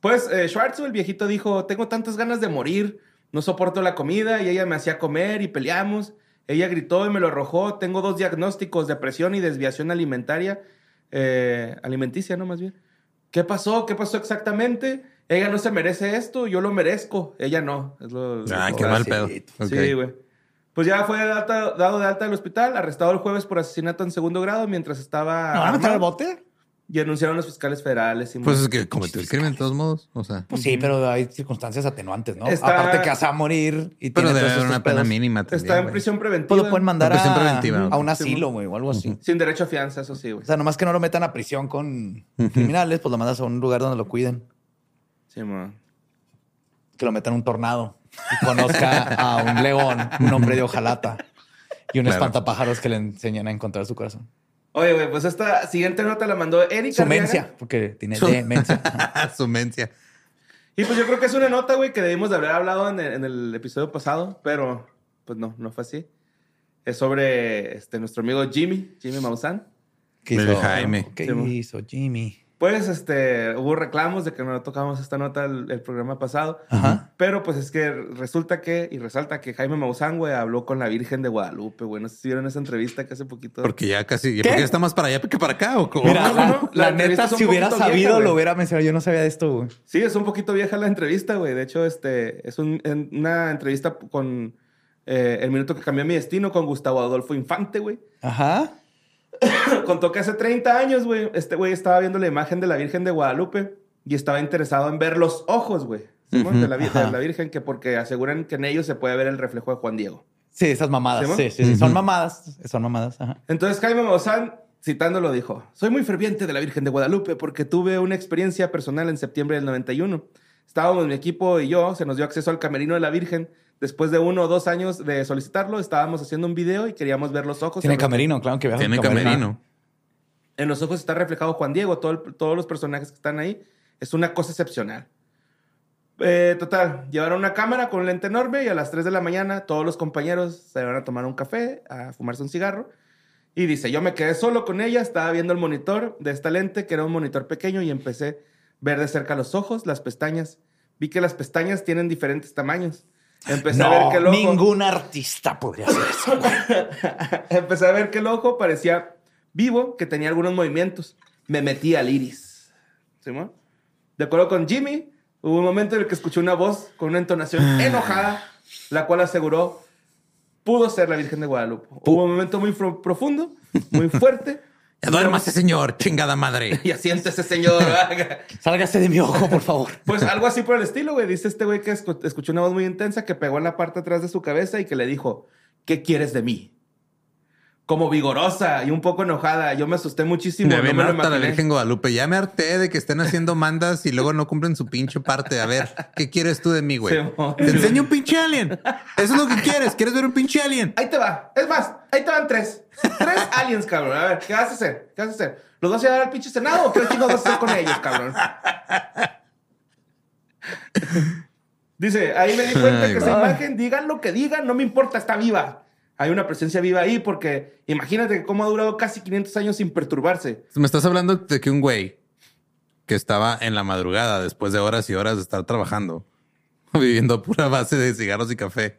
[SPEAKER 5] Pues eh, Schwartz, el viejito, dijo: Tengo tantas ganas de morir, no soporto la comida y ella me hacía comer y peleamos. Ella gritó y me lo arrojó. Tengo dos diagnósticos: depresión y desviación alimentaria, eh, alimenticia, ¿no? Más bien. ¿Qué pasó? ¿Qué pasó exactamente? Ella no se merece esto, yo lo merezco. Ella no. Es lo-
[SPEAKER 3] Ah,
[SPEAKER 4] pues,
[SPEAKER 5] lo-
[SPEAKER 3] qué mal pedo. Ok.
[SPEAKER 5] Sí, güey. Pues ya fue de alta- dado de alta al hospital, arrestado el jueves por asesinato en segundo grado mientras estaba.
[SPEAKER 4] ¿No van a meter al
[SPEAKER 5] armado.
[SPEAKER 4] bote?
[SPEAKER 5] Y anunciaron los fiscales federales. Simón.
[SPEAKER 3] Pues es que cometió el crimen de todos modos. O sea,
[SPEAKER 4] Pues sí, pero hay circunstancias atenuantes, ¿no?
[SPEAKER 5] Está-
[SPEAKER 4] Aparte que vas a morir y
[SPEAKER 3] pero
[SPEAKER 4] tiene todos
[SPEAKER 3] debe haber
[SPEAKER 4] estos
[SPEAKER 3] una pena
[SPEAKER 4] pedos.
[SPEAKER 3] mínima también.
[SPEAKER 5] Está en
[SPEAKER 3] güey.
[SPEAKER 5] prisión preventiva.
[SPEAKER 4] Pues lo pueden mandar
[SPEAKER 3] Prisión
[SPEAKER 4] a,
[SPEAKER 3] preventiva.
[SPEAKER 4] a un asilo, güey, o algo así.
[SPEAKER 5] Sin derecho a fianza, eso sí, güey.
[SPEAKER 4] O sea, nomás que no lo metan a prisión con criminales, pues lo mandas a un lugar donde lo cuiden.
[SPEAKER 5] Sí, man.
[SPEAKER 4] Que lo metan a un tornado y conozca a un león, un hombre de hojalata y un
[SPEAKER 3] Claro.
[SPEAKER 4] espantapájaros que le enseñen a encontrar su corazón.
[SPEAKER 5] Oye, güey, pues esta siguiente nota la mandó Erika.
[SPEAKER 4] Su mencia, porque tiene
[SPEAKER 3] Su-
[SPEAKER 4] demencia.
[SPEAKER 3] Su mencia.
[SPEAKER 5] Y pues yo creo que es una nota, güey, que debimos de haber hablado en el, en el episodio pasado, pero pues no, no fue así. Es sobre este, nuestro amigo Jimmy, Jimmy Maussan.
[SPEAKER 4] ¿Qué
[SPEAKER 3] El Jaime.
[SPEAKER 4] ¿Qué
[SPEAKER 5] Sí, mo.
[SPEAKER 4] hizo Jimmy?
[SPEAKER 5] Pues este, hubo reclamos de que no tocamos esta nota el, el programa pasado.
[SPEAKER 4] Ajá.
[SPEAKER 5] Pero pues es que resulta que, y resalta que Jaime Maussan, güey, habló con la Virgen de Guadalupe, güey. No sé si vieron esa entrevista que hace poquito.
[SPEAKER 3] Porque ya casi, ¿por qué está más para allá que para acá? ¿O cómo?
[SPEAKER 4] Mira,
[SPEAKER 5] no,
[SPEAKER 4] la,
[SPEAKER 5] no, la
[SPEAKER 4] la neta,
[SPEAKER 5] entrevista es un
[SPEAKER 4] si hubiera
[SPEAKER 5] poquito
[SPEAKER 4] sabido,
[SPEAKER 5] vieja,
[SPEAKER 4] lo
[SPEAKER 5] güey.
[SPEAKER 4] hubiera mencionado. Yo no sabía de esto, güey.
[SPEAKER 5] Sí, es un poquito vieja la entrevista, güey. De hecho, este, es un- en- una entrevista con eh, El Minuto que Cambió Mi Destino con Gustavo Adolfo Infante, güey.
[SPEAKER 4] Ajá.
[SPEAKER 5] Contó que hace 30 años, güey, este güey estaba viendo la imagen de la Virgen de Guadalupe y estaba interesado en ver los ojos, güey. Simón, de, la, vi- de
[SPEAKER 4] ajá.
[SPEAKER 5] la Virgen, que porque aseguran que en ellos se puede ver el reflejo de Juan Diego.
[SPEAKER 4] Sí, esas mamadas.
[SPEAKER 5] ¿Sí, mo?
[SPEAKER 4] Sí, sí, sí. Son mamadas. Son mamadas. Ajá.
[SPEAKER 5] Entonces Jaime Maussan, citándolo, dijo, soy muy ferviente de la Virgen de Guadalupe porque tuve una experiencia personal en septiembre del 91. Estábamos mi equipo y yo, se nos dio acceso al camerino de la Virgen. Después de uno o dos años de solicitarlo, estábamos haciendo un video y queríamos ver los ojos.
[SPEAKER 4] Tiene
[SPEAKER 5] En los-
[SPEAKER 4] camerino, claro que viaja.
[SPEAKER 3] Tiene
[SPEAKER 4] con
[SPEAKER 3] camerino.
[SPEAKER 5] En los ojos está reflejado Juan Diego, todo el- todos los personajes que están ahí. Es una cosa excepcional. Eh, total, llevaron una cámara con un lente enorme y a las 3 de la mañana todos los compañeros se van a tomar un café, a fumarse un cigarro. Y dice, yo me quedé solo con ella, estaba viendo el monitor de esta lente, que era un monitor pequeño, y empecé a ver de cerca los ojos, las pestañas. Vi que las pestañas tienen diferentes tamaños. Empecé a ver
[SPEAKER 4] No,
[SPEAKER 5] que el ojo...
[SPEAKER 4] ningún artista podría hacer eso.
[SPEAKER 5] Empecé a ver que el ojo parecía vivo, que tenía algunos movimientos. Me metí al iris. ¿Sí, mo? De acuerdo con Jimmy, hubo un momento en el que escuché una voz con una entonación enojada, la cual aseguró pudo ser la Virgen de Guadalupe. Hubo un momento muy fro- profundo, muy fuerte.
[SPEAKER 3] Ya duérmase, señor, chingada madre.
[SPEAKER 5] Y asiéntese, señor.
[SPEAKER 4] Sálgase de mi ojo, por favor.
[SPEAKER 5] Pues algo así por el estilo, güey. Dice este güey que escu- escuchó una voz muy intensa que pegó en la parte atrás de su cabeza y que le dijo, ¿qué quieres de mí? Como vigorosa y un poco enojada. Yo me asusté muchísimo.
[SPEAKER 3] Me
[SPEAKER 5] no
[SPEAKER 3] ven
[SPEAKER 5] me lo
[SPEAKER 3] harta la
[SPEAKER 5] imaginé.
[SPEAKER 3] Virgen Guadalupe. Ya me harté de que estén haciendo mandas y luego no cumplen su pinche parte. A ver, ¿qué quieres tú de mí, güey?
[SPEAKER 5] Simón.
[SPEAKER 3] Te enseño un pinche alien. Eso es lo que quieres. ¿Quieres ver un pinche alien?
[SPEAKER 5] Ahí te va. Es más, ahí te van tres. Tres aliens, cabrón. A ver, ¿qué vas a hacer? ¿Qué vas a hacer? ¿Los vas a llevar al pinche Senado o qué chingados vas a hacer con ellos, cabrón? Dice, ahí me di cuenta
[SPEAKER 3] Ay,
[SPEAKER 5] que esa
[SPEAKER 3] güey.
[SPEAKER 5] imagen, digan lo que digan, no me importa, está viva. Hay una presencia viva ahí porque imagínate cómo ha durado casi 500 años sin perturbarse.
[SPEAKER 3] Me estás hablando de que un güey que estaba en la madrugada después de horas y horas de estar trabajando viviendo a pura base de cigarros y café,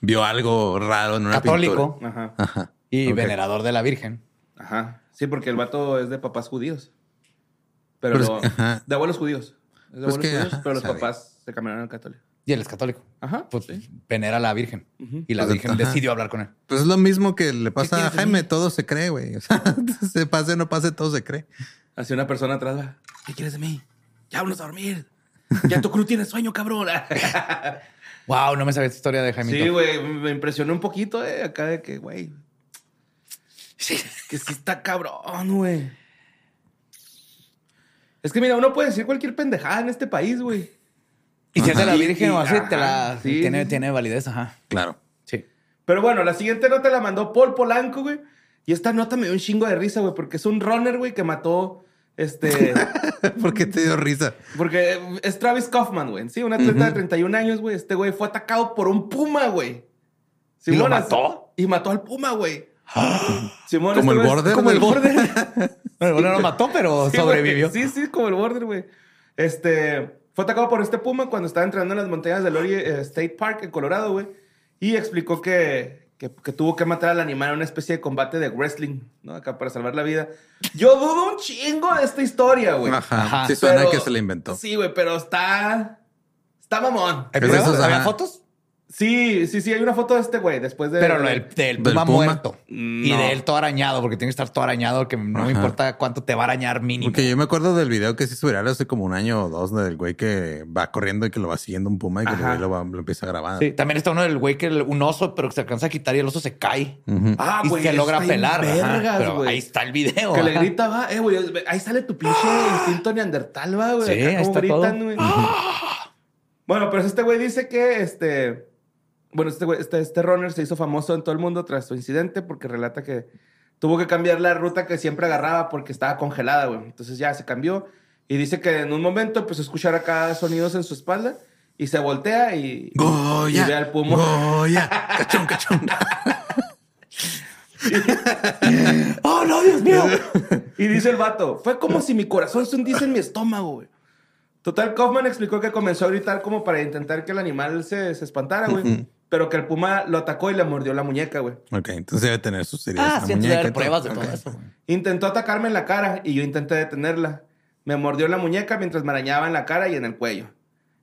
[SPEAKER 3] vio algo raro en una
[SPEAKER 4] Católico
[SPEAKER 3] pintura.
[SPEAKER 5] Ajá.
[SPEAKER 3] Ajá.
[SPEAKER 4] y
[SPEAKER 3] Ok.
[SPEAKER 4] venerador de la Virgen.
[SPEAKER 5] Ajá. Sí, porque el vato es de papás judíos. Pero,
[SPEAKER 3] Pero es-
[SPEAKER 5] lo-
[SPEAKER 3] ajá.
[SPEAKER 5] de abuelos judíos. Es de
[SPEAKER 3] Pues
[SPEAKER 5] abuelos
[SPEAKER 3] que,
[SPEAKER 5] judíos,
[SPEAKER 3] ajá,
[SPEAKER 5] pero los
[SPEAKER 3] sabe.
[SPEAKER 5] papás se cambiaron al católico.
[SPEAKER 4] Y él es católico.
[SPEAKER 5] Ajá.
[SPEAKER 4] Pues
[SPEAKER 5] sí.
[SPEAKER 4] venera a la Virgen.
[SPEAKER 5] Ujú.
[SPEAKER 4] Y la
[SPEAKER 3] Pues,
[SPEAKER 4] Virgen
[SPEAKER 3] ajá.
[SPEAKER 4] decidió hablar con él.
[SPEAKER 3] Pues es lo mismo que le pasa a
[SPEAKER 4] quieres de
[SPEAKER 3] Jaime,
[SPEAKER 4] mí?
[SPEAKER 3] todo se cree, güey. O sea, se pase, no pase, todo se cree.
[SPEAKER 5] Así una persona atrás va. ¿Qué quieres de mí? Ya vamos a dormir. Ya tu cruz tiene sueño, cabrón.
[SPEAKER 4] Wow, no me sabía esta historia de Jaime.
[SPEAKER 5] sí, güey. Me impresionó un poquito eh, acá de que, güey. Que sí está cabrón, güey. Es que mira, uno puede decir cualquier pendejada en este país, güey.
[SPEAKER 4] Y si es de la
[SPEAKER 5] Ajá.
[SPEAKER 4] Virgen o así,
[SPEAKER 5] Ajá,
[SPEAKER 4] te la
[SPEAKER 5] sí,
[SPEAKER 4] tiene,
[SPEAKER 5] sí.
[SPEAKER 4] tiene validez, ajá.
[SPEAKER 3] Claro.
[SPEAKER 4] Sí.
[SPEAKER 5] Pero bueno, la siguiente nota la mandó Paul Polanco, güey. Y esta nota me dio un chingo de risa, güey, porque es un runner, güey, que mató este.
[SPEAKER 3] ¿Por qué te dio risa?
[SPEAKER 5] porque es Travis Kaufman, güey. Sí, un atleta de 31 años, güey. Este güey fue atacado por un puma, güey.
[SPEAKER 4] ¿Y lo
[SPEAKER 5] Simona,
[SPEAKER 4] mató?
[SPEAKER 5] Y mató al puma, güey. Simón,
[SPEAKER 3] ¡Ah!
[SPEAKER 5] este
[SPEAKER 3] Como el
[SPEAKER 5] güey es-
[SPEAKER 3] border,
[SPEAKER 5] Como el
[SPEAKER 3] güey.
[SPEAKER 5] border.
[SPEAKER 4] Bueno, no lo mató, pero
[SPEAKER 5] Sí, güey.
[SPEAKER 4] sobrevivió.
[SPEAKER 5] Sí, sí, como el border, güey. Este, fue atacado por este puma cuando estaba entrenando en las montañas del Lori eh, State Park en Colorado, güey. Y explicó que, que, que tuvo que matar al animal en una especie de combate de wrestling, ¿no? Acá para salvar la vida. Yo dudo un chingo de esta historia, güey.
[SPEAKER 3] Ajá.
[SPEAKER 4] Ajá.
[SPEAKER 3] Sí suena
[SPEAKER 5] Pero-
[SPEAKER 3] que se la inventó.
[SPEAKER 5] Sí, güey, pero está... Está mamón.
[SPEAKER 4] ¿Hay
[SPEAKER 3] Es
[SPEAKER 4] pruebas?
[SPEAKER 3] esos,
[SPEAKER 4] ¿Había
[SPEAKER 3] ajá.
[SPEAKER 4] fotos?
[SPEAKER 5] Sí, sí, sí, hay una foto de este güey después de...
[SPEAKER 4] Pero lo del, del puma
[SPEAKER 3] puma?
[SPEAKER 4] muerto. Y
[SPEAKER 5] No.
[SPEAKER 4] de él todo arañado, porque tiene que estar todo arañado, que no me
[SPEAKER 3] Ajá.
[SPEAKER 4] importa cuánto te va a arañar mínimo.
[SPEAKER 3] Porque yo me acuerdo del video que se hizo viral hace como un año o dos del güey que va corriendo y que lo va siguiendo un puma y que el
[SPEAKER 5] Ajá.
[SPEAKER 3] güey lo, va- lo empieza a grabar.
[SPEAKER 4] Sí, también está uno del güey que el- un oso, pero que se alcanza a quitar y el oso se cae.
[SPEAKER 3] Ujú.
[SPEAKER 5] Ah,
[SPEAKER 4] y
[SPEAKER 5] güey,
[SPEAKER 4] se logra
[SPEAKER 5] está bien
[SPEAKER 4] pelar. ajá,
[SPEAKER 5] vergas,
[SPEAKER 4] pero
[SPEAKER 5] güey.
[SPEAKER 4] ahí está el video.
[SPEAKER 5] Que le
[SPEAKER 4] ajá.
[SPEAKER 5] grita, va, eh, güey, ahí sale tu pinche instinto neandertal, va, güey.
[SPEAKER 4] Sí,
[SPEAKER 5] acá
[SPEAKER 4] ahí
[SPEAKER 5] como
[SPEAKER 4] está
[SPEAKER 5] gritan,
[SPEAKER 4] todo.
[SPEAKER 5] güey. Bueno, pero este güey dice que este. Bueno, este, güey- este, este runner se hizo famoso en todo el mundo tras su incidente porque relata que tuvo que cambiar la ruta que siempre agarraba porque estaba congelada, güey. Entonces ya se cambió y dice que en un momento empezó a escuchar acá sonidos en su espalda y se voltea y,
[SPEAKER 3] Goya.
[SPEAKER 5] y ve al puma.
[SPEAKER 3] Goya. Cachón, cachón.
[SPEAKER 5] ¡Oh, no, Dios mío! y dice el vato, fue como si mi corazón se hundiese en mi estómago, güey. Total, Kaufman explicó que comenzó a gritar como para intentar que el animal se, se espantara, güey.
[SPEAKER 3] Ujú.
[SPEAKER 5] Pero que el puma lo atacó y le mordió la muñeca, güey.
[SPEAKER 3] ok, entonces debe tener sus heridas.
[SPEAKER 4] Ah,
[SPEAKER 3] en la
[SPEAKER 4] sí, entonces debe
[SPEAKER 3] muñeca y
[SPEAKER 4] haber
[SPEAKER 3] todo.
[SPEAKER 4] pruebas de
[SPEAKER 3] Ok.
[SPEAKER 4] todo eso.
[SPEAKER 5] Intentó atacarme en la cara y yo intenté detenerla. Me mordió la muñeca mientras me arañaba en la cara y en el cuello.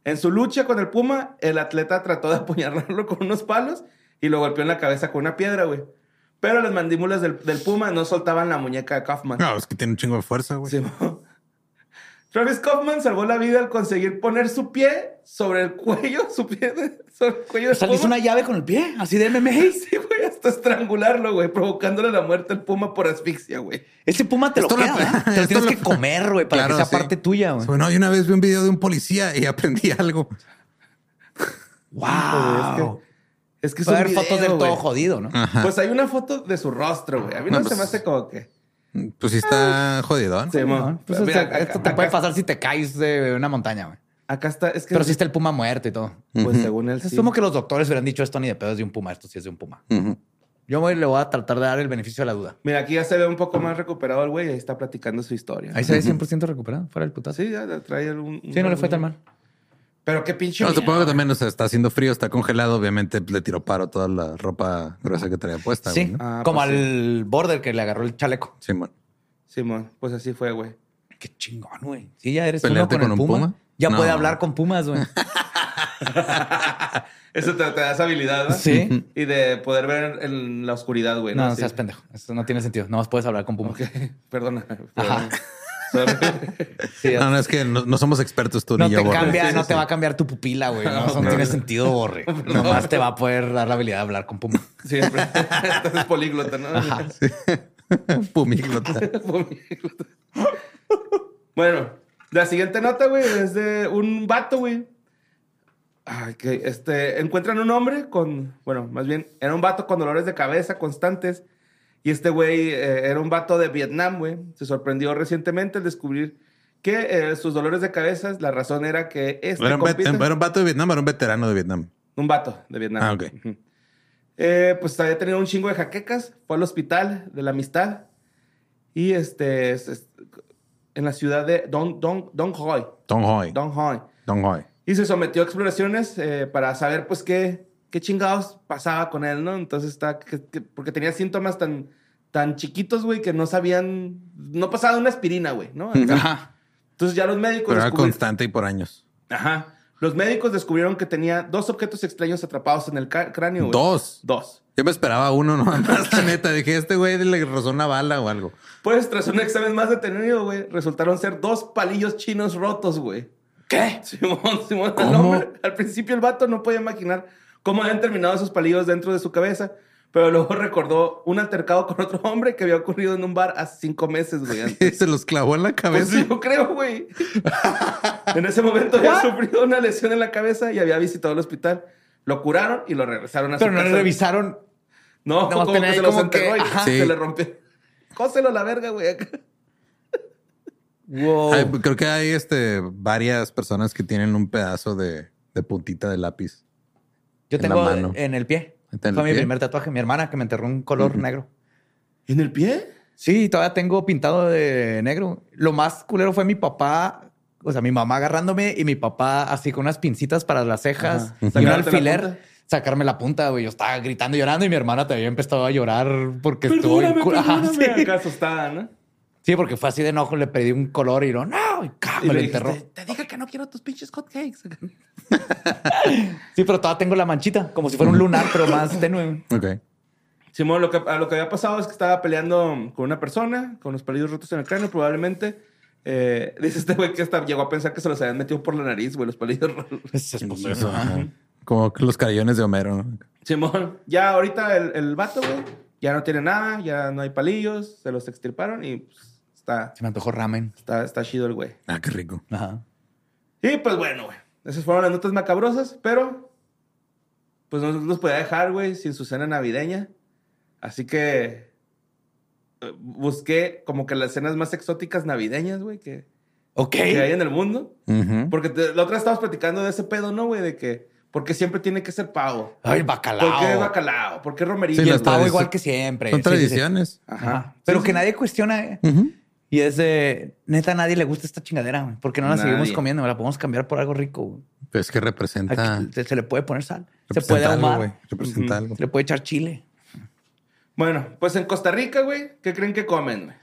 [SPEAKER 5] En su lucha con el puma, el atleta trató de apuñalarlo con unos palos y lo golpeó en la cabeza con una piedra, güey. Pero las mandíbulas del, del puma no soltaban la muñeca de Kaufman.
[SPEAKER 3] No, es que tiene un chingo de fuerza,
[SPEAKER 4] Pues
[SPEAKER 3] güey.
[SPEAKER 5] Simón. Travis Kaufman salvó la vida al conseguir poner su pie sobre el cuello, su pie de- sobre el cuello
[SPEAKER 4] O
[SPEAKER 5] del
[SPEAKER 4] sea, le hizo
[SPEAKER 5] puma.
[SPEAKER 4] una llave con el pie, así de MMA.
[SPEAKER 5] Sí, güey, hasta estrangularlo, güey, provocándole la muerte al puma por asfixia, güey.
[SPEAKER 4] Ese puma te lo,
[SPEAKER 3] Esto lo-
[SPEAKER 4] queda, ¿verdad? Te lo
[SPEAKER 3] esto
[SPEAKER 4] tienes
[SPEAKER 3] lo-
[SPEAKER 4] que comer, güey, para que sea
[SPEAKER 3] sí.
[SPEAKER 4] parte tuya, güey.
[SPEAKER 3] Bueno, yo una vez vi un video de un policía y aprendí algo.
[SPEAKER 4] Wow.
[SPEAKER 5] Es que es
[SPEAKER 4] Va a
[SPEAKER 5] un
[SPEAKER 4] haber
[SPEAKER 5] video,
[SPEAKER 4] fotos del
[SPEAKER 5] güey.
[SPEAKER 4] todo jodido, ¿no?
[SPEAKER 3] Ajá. Pues,
[SPEAKER 5] Pues hay una foto de su rostro, güey. A mí no,
[SPEAKER 3] No,
[SPEAKER 5] se
[SPEAKER 3] pues-
[SPEAKER 5] me hace como que...
[SPEAKER 3] sí
[SPEAKER 5] Ah,
[SPEAKER 3] está jodidón.
[SPEAKER 5] Simón.
[SPEAKER 4] No, pues, o
[SPEAKER 5] Mira,
[SPEAKER 4] sea, esto te
[SPEAKER 5] acá-
[SPEAKER 4] puede pasar si te caes de una montaña, güey.
[SPEAKER 5] Acá está, es que...
[SPEAKER 4] Pero sí está el puma muerto y todo.
[SPEAKER 5] Pues
[SPEAKER 3] Ujú.
[SPEAKER 5] según él, sí.
[SPEAKER 4] Asumo que los doctores hubieran dicho esto ni de pedo es de un puma, esto sí es de un puma.
[SPEAKER 3] Ujú.
[SPEAKER 4] Yo me- le voy a tratar de dar el beneficio de la duda.
[SPEAKER 5] Mira, aquí ya se ve un poco más recuperado el güey y ahí está platicando su historia.
[SPEAKER 4] Ahí se ve 100% recuperado, fuera del putazo.
[SPEAKER 5] Sí, ya trae un...
[SPEAKER 4] Sí, no le fue tan mal.
[SPEAKER 5] Pero qué pinche...
[SPEAKER 3] No,
[SPEAKER 5] miedo,
[SPEAKER 3] supongo que
[SPEAKER 5] güey.
[SPEAKER 3] también, o sea, está haciendo frío, está congelado. Obviamente pues, le tiró paro toda la ropa gruesa que traía puesta.
[SPEAKER 4] Sí,
[SPEAKER 3] güey, ¿no?
[SPEAKER 5] Ah,
[SPEAKER 4] como
[SPEAKER 5] pues sí.
[SPEAKER 4] al border que le agarró el chaleco.
[SPEAKER 3] Simón.
[SPEAKER 5] Simón, pues así fue, güey.
[SPEAKER 4] Qué chingón, güey. Sí, ya eres
[SPEAKER 3] ¿Pelearte
[SPEAKER 4] uno con, el
[SPEAKER 3] con un
[SPEAKER 4] puma.
[SPEAKER 3] puma?
[SPEAKER 4] Ya
[SPEAKER 3] No.
[SPEAKER 4] puede hablar con pumas, güey.
[SPEAKER 5] Eso te, te da esa habilidad, ¿no?
[SPEAKER 4] Sí.
[SPEAKER 5] Y de poder ver en la oscuridad, güey.
[SPEAKER 4] No, no
[SPEAKER 5] Así.
[SPEAKER 4] seas pendejo. Eso no tiene sentido. No más puedes hablar con pumas.
[SPEAKER 5] Ok, perdona.
[SPEAKER 4] Ajá.
[SPEAKER 5] perdona. Sorry.
[SPEAKER 4] Sí, ya-
[SPEAKER 3] No, no, es que no, no somos expertos tú
[SPEAKER 4] No
[SPEAKER 3] ni
[SPEAKER 4] te
[SPEAKER 3] yo. Borre.
[SPEAKER 4] cambia,
[SPEAKER 5] Sí,
[SPEAKER 4] no
[SPEAKER 5] sí,
[SPEAKER 4] te
[SPEAKER 5] sí.
[SPEAKER 4] va a cambiar tu pupila, güey. No, eso no
[SPEAKER 5] no.
[SPEAKER 4] tiene sentido, borre. Nomás te va a poder dar la habilidad de hablar con puma.
[SPEAKER 5] Siempre. Entonces políglota, ¿no?
[SPEAKER 4] Ajá.
[SPEAKER 3] Pumíglota.
[SPEAKER 4] Este
[SPEAKER 5] Políglota. bueno, la siguiente nota, güey, es de un vato, güey. Ay, que este, encuentran un hombre con, bueno, más bien, era un vato con dolores de cabeza constantes. Y este güey eh, era un vato de Vietnam, güey. Se sorprendió recientemente al descubrir que eh, sus dolores de cabeza, la razón era que este
[SPEAKER 3] Era un, vet-
[SPEAKER 5] compita-
[SPEAKER 3] era un vato de Vietnam, era un veterano de Vietnam.
[SPEAKER 5] Un vato de Vietnam.
[SPEAKER 3] Ah, ok.
[SPEAKER 5] Ujú. Eh, pues había tenido un chingo de jaquecas. Fue al hospital de la amistad. Y este. es- es- en la ciudad de Don, Don, Don Hoi.
[SPEAKER 3] Don Hoy.
[SPEAKER 5] Don Hoi.
[SPEAKER 3] Don Hoy.
[SPEAKER 5] Y se sometió a exploraciones eh, para saber, pues, qué, qué chingados pasaba con él, ¿no? Entonces está... que- que- porque tenía síntomas tan, tan chiquitos, güey, que no sabían... No pasaba de una aspirina, güey, ¿no?
[SPEAKER 3] Ajá.
[SPEAKER 5] Entonces ya los médicos...
[SPEAKER 3] Pero era
[SPEAKER 5] descubri-
[SPEAKER 3] constante y por años.
[SPEAKER 5] Ajá. Los médicos descubrieron que tenía dos objetos extraños atrapados en el ca- cráneo, güey.
[SPEAKER 3] Dos.
[SPEAKER 5] Dos.
[SPEAKER 3] Yo me esperaba uno nomás, la neta. Dije, este güey le rozó una bala o algo.
[SPEAKER 5] Pues tras un examen más detenido, güey, resultaron ser dos palillos chinos rotos, güey. ¿Qué? Simón, Simón, el
[SPEAKER 3] ¿Cómo?
[SPEAKER 5] hombre, al principio el vato no podía imaginar cómo habían terminado esos palillos dentro de su cabeza, pero luego recordó un altercado con otro hombre que había ocurrido en un bar hace cinco meses, güey. antes.
[SPEAKER 3] Se los clavó en la
[SPEAKER 5] Pues
[SPEAKER 3] cabeza.
[SPEAKER 5] yo creo, güey. en ese momento había sufrido una lesión en la cabeza y había visitado el hospital. Lo curaron y lo regresaron a
[SPEAKER 4] Pero
[SPEAKER 5] su
[SPEAKER 4] no le
[SPEAKER 5] casa.
[SPEAKER 4] revisaron.
[SPEAKER 5] No,
[SPEAKER 4] Nomás
[SPEAKER 5] como que
[SPEAKER 4] tenía
[SPEAKER 5] se
[SPEAKER 4] ahí
[SPEAKER 5] los
[SPEAKER 4] como que-
[SPEAKER 5] enterró y
[SPEAKER 4] ajá.
[SPEAKER 5] se
[SPEAKER 3] Sí.
[SPEAKER 5] le rompió. Cóselo a la verga, güey. acá.
[SPEAKER 4] Wow.
[SPEAKER 3] Ay, creo que hay este, varias personas que tienen un pedazo de, de puntita de lápiz.
[SPEAKER 4] Yo
[SPEAKER 3] en la
[SPEAKER 4] tengo
[SPEAKER 3] mano.
[SPEAKER 4] en el pie.
[SPEAKER 3] ¿Está en el
[SPEAKER 4] Fue mi
[SPEAKER 3] pie?
[SPEAKER 4] primer tatuaje. Mi hermana que me enterró un color negro.
[SPEAKER 5] ¿En el pie?
[SPEAKER 4] Sí, todavía tengo pintado de negro. Lo más culero fue mi papá, o sea, mi mamá agarrándome y mi papá así con unas pincitas para las cejas
[SPEAKER 5] Ajá.
[SPEAKER 4] y un
[SPEAKER 5] Sacarte la
[SPEAKER 4] alfiler.
[SPEAKER 5] punta.
[SPEAKER 4] Sacarme la punta, güey. Yo estaba gritando y llorando y mi hermana todavía empezó a llorar porque
[SPEAKER 5] Perdóname,
[SPEAKER 4] estuvo... bien cul- Ajá,
[SPEAKER 5] perdóname.
[SPEAKER 4] sí.
[SPEAKER 5] Acá asustada, ¿no?
[SPEAKER 4] Sí, porque fue así de enojo. Le pedí un color y no, no, y ca,
[SPEAKER 5] Y
[SPEAKER 4] Ah, me
[SPEAKER 5] le
[SPEAKER 4] lo
[SPEAKER 5] dijiste,
[SPEAKER 4] enterró.
[SPEAKER 5] Te dije que no quiero tus pinches hotcakes.
[SPEAKER 4] Sí, pero todavía tengo la manchita, como si fuera un lunar, pero más tenue.
[SPEAKER 3] Ok.
[SPEAKER 5] Simón, lo que, a lo que había pasado es que estaba peleando con una persona, con los palillos rotos en el cráneo, probablemente. Eh, dice este güey que hasta llegó a pensar que se los habían metido por la nariz, güey, los palillos rotos.
[SPEAKER 4] Es esposo.
[SPEAKER 3] Ajá. Como que los carillones de Homero, ¿no?
[SPEAKER 5] Simón, ya ahorita el, el vato, güey, ya no tiene nada, ya no hay palillos, se los extirparon y pues, está,
[SPEAKER 4] Se me antojó ramen.
[SPEAKER 5] está, está chido el güey.
[SPEAKER 3] Ah, qué rico.
[SPEAKER 4] Ajá.
[SPEAKER 5] Y pues bueno, güey. Esas fueron las notas macabrosas, pero pues no los podía dejar, güey, sin su cena navideña. Así que eh, busqué como que las cenas más exóticas navideñas, güey, que,
[SPEAKER 4] Ok.
[SPEAKER 5] que hay en el mundo.
[SPEAKER 3] Ujú.
[SPEAKER 5] Porque te- la otra vez estábamos platicando de ese pedo, ¿no, güey? De que, porque siempre tiene que ser pavo?
[SPEAKER 4] Ay,
[SPEAKER 5] ¿Por qué
[SPEAKER 4] bacalao.
[SPEAKER 5] bacalao? ¿Por qué romerillo?
[SPEAKER 3] Sí,
[SPEAKER 4] Y
[SPEAKER 3] las
[SPEAKER 4] el pavo
[SPEAKER 3] tradici-
[SPEAKER 4] igual que siempre.
[SPEAKER 3] Son
[SPEAKER 4] Sí, sí, sí.
[SPEAKER 3] tradiciones.
[SPEAKER 4] Ajá. Pero que nadie cuestiona. eh.
[SPEAKER 3] Ujú.
[SPEAKER 4] Y es de neta, a nadie le gusta esta chingadera, güey. ¿Por qué no la
[SPEAKER 5] Nadie.
[SPEAKER 4] seguimos comiendo? La podemos cambiar por algo rico. güey.
[SPEAKER 3] Pues que representa.
[SPEAKER 4] Aquí se- se le puede poner sal, se
[SPEAKER 3] representa
[SPEAKER 4] puede
[SPEAKER 3] algo,
[SPEAKER 4] ahumar,
[SPEAKER 3] güey. Representa algo.
[SPEAKER 4] se le puede echar chile.
[SPEAKER 5] Bueno, pues en Costa Rica, güey, ¿qué creen que comen, güey?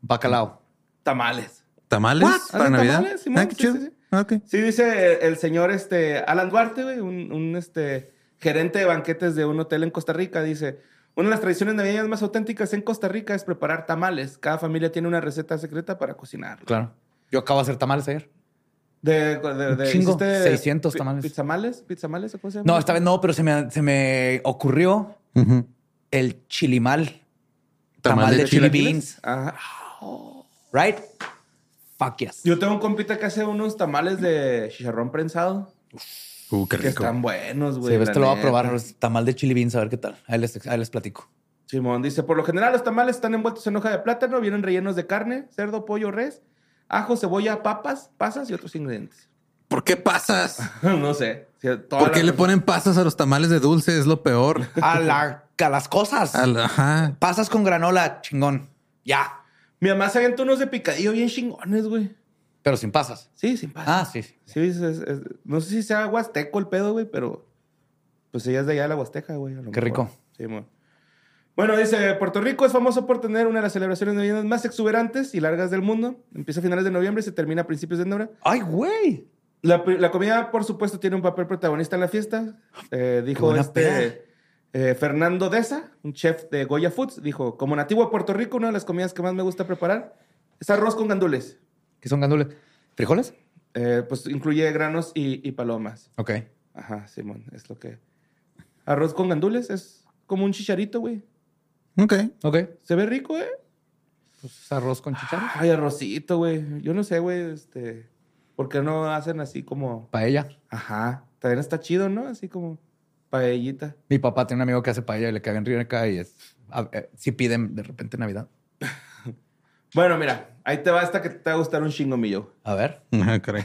[SPEAKER 4] Bacalao.
[SPEAKER 5] Tamales.
[SPEAKER 3] ¿Tamales
[SPEAKER 5] What?
[SPEAKER 3] para
[SPEAKER 5] ¿Hacen
[SPEAKER 3] Navidad?
[SPEAKER 5] tamales, Simón?
[SPEAKER 3] ah, qué
[SPEAKER 5] Sí,
[SPEAKER 3] chido.
[SPEAKER 5] sí, sí.
[SPEAKER 3] Ah, ok.
[SPEAKER 5] Sí, dice el señor este, Alan Duarte, güey, un, un, este, gerente de banquetes de un hotel en Costa Rica, dice, una de las tradiciones navideñas más auténticas en Costa Rica es preparar tamales. Cada familia tiene una receta secreta para cocinarlo.
[SPEAKER 4] Claro. Yo acabo de hacer tamales ayer.
[SPEAKER 5] De, de, de-
[SPEAKER 4] Un chingo,
[SPEAKER 5] ¿hiciste
[SPEAKER 4] 600
[SPEAKER 5] pi-
[SPEAKER 4] tamales.
[SPEAKER 5] ¿Pizzamales? ¿Pizzamales? ¿Cómo se llama?
[SPEAKER 4] No, esta vez no, pero se me, se me ocurrió
[SPEAKER 3] Ujú.
[SPEAKER 4] el chilimal. Tamal,
[SPEAKER 3] Tamal
[SPEAKER 4] de,
[SPEAKER 3] de
[SPEAKER 4] chili beans.
[SPEAKER 3] chilaquiles.
[SPEAKER 5] Ajá.
[SPEAKER 4] Right? Fuck yes.
[SPEAKER 5] Yo tengo un compita que hace unos tamales de chicharrón prensado
[SPEAKER 3] Uh, qué
[SPEAKER 5] que
[SPEAKER 3] rico.
[SPEAKER 5] están buenos, güey.
[SPEAKER 4] Sí,
[SPEAKER 5] la
[SPEAKER 4] esto lo voy a
[SPEAKER 5] neta.
[SPEAKER 4] probar. los Tamal de chili beans, a ver qué tal. Ahí les, ahí les platico.
[SPEAKER 5] Simón dice, por lo general los tamales están envueltos en hoja de plátano, vienen rellenos de carne, cerdo, pollo, res, ajo, cebolla, papas, pasas y otros ingredientes.
[SPEAKER 3] ¿Por qué pasas?
[SPEAKER 5] no sé. si a todas
[SPEAKER 3] ¿Por qué
[SPEAKER 5] las
[SPEAKER 3] le
[SPEAKER 5] personas-
[SPEAKER 3] ponen pasas a los tamales de dulce? Es lo peor.
[SPEAKER 4] A, la, a las cosas.
[SPEAKER 3] Al- ajá.
[SPEAKER 4] Pasas con granola, chingón. Ya.
[SPEAKER 5] Mi mamá se avienta unos de picadillo bien chingones, güey.
[SPEAKER 4] Pero sin pasas.
[SPEAKER 5] Sí, sin pasas.
[SPEAKER 4] Ah, sí. sí.
[SPEAKER 5] Sí, es- es- es- no sé si sea huasteco el pedo, güey, pero pues ella es de allá de la Huasteca, güey. a lo
[SPEAKER 4] Qué
[SPEAKER 5] mejor.
[SPEAKER 4] rico.
[SPEAKER 5] Simón. Bueno, dice, Puerto Rico es famoso por tener una de las celebraciones navideñas más exuberantes y largas del mundo. Empieza a finales de noviembre y se termina a principios de noviembre.
[SPEAKER 4] Ay, güey.
[SPEAKER 5] La, pri- la comida, por supuesto, tiene un papel protagonista en la fiesta. Eh, dijo
[SPEAKER 4] buena
[SPEAKER 5] este eh, Fernando Deza, un chef de Goya Foods, dijo, como nativo de Puerto Rico, una de las comidas que más me gusta preparar es arroz con gandules.
[SPEAKER 4] ¿Qué son gandules? ¿Frijoles?
[SPEAKER 5] Eh, pues incluye granos y, y palomas.
[SPEAKER 4] Ok.
[SPEAKER 5] Ajá, Simón, es lo que... Arroz con gandules es como un chicharito, güey.
[SPEAKER 3] Ok.
[SPEAKER 4] Ok.
[SPEAKER 5] Se ve rico, ¿eh?
[SPEAKER 4] Pues arroz con chicharro.
[SPEAKER 5] Ay, arrocito, güey. Yo no sé, güey, este... ¿Por qué no hacen así como...
[SPEAKER 4] Paella.
[SPEAKER 5] Ajá, también está chido, ¿no? Así como paellita.
[SPEAKER 4] Mi papá tiene un amigo que hace paella y le cagan rica y es. a- eh, sí piden de repente en Navidad.
[SPEAKER 5] Bueno, mira, ahí te va esta que te va a gustar un chingo millo.
[SPEAKER 4] A ver.
[SPEAKER 3] Ajá, caray.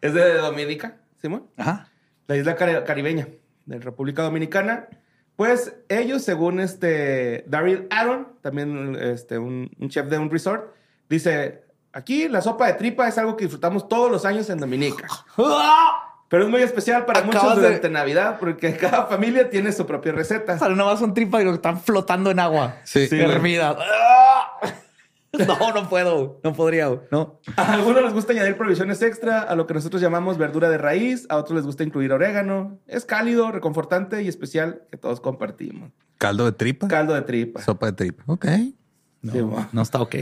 [SPEAKER 5] Es de Dominica, Simón.
[SPEAKER 4] Ajá.
[SPEAKER 5] La isla cari- caribeña de República Dominicana. Pues ellos, según este Daryl Aaron, también este, un, un chef de un resort, dice, Aquí la sopa de tripa es algo que disfrutamos todos los años en Dominica.
[SPEAKER 3] ¡Ah!
[SPEAKER 5] Pero es muy especial para
[SPEAKER 4] Acabas
[SPEAKER 5] muchos
[SPEAKER 4] de-
[SPEAKER 5] durante Navidad porque cada familia tiene su propia receta.
[SPEAKER 4] Sale una más un tripa y lo están flotando en agua.
[SPEAKER 3] Sí. Sí, güey.
[SPEAKER 4] Hervida. ¡Ah! No, no puedo. No podría. güey. No.
[SPEAKER 5] A algunos les gusta añadir provisiones extra a lo que nosotros llamamos verdura de raíz, a otros les gusta incluir orégano. Es cálido, reconfortante y especial que todos compartimos.
[SPEAKER 3] Caldo de tripa.
[SPEAKER 5] Caldo de tripa.
[SPEAKER 3] Sopa de tripa. Ok.
[SPEAKER 4] No,
[SPEAKER 5] Sí, bueno.
[SPEAKER 4] no está ok.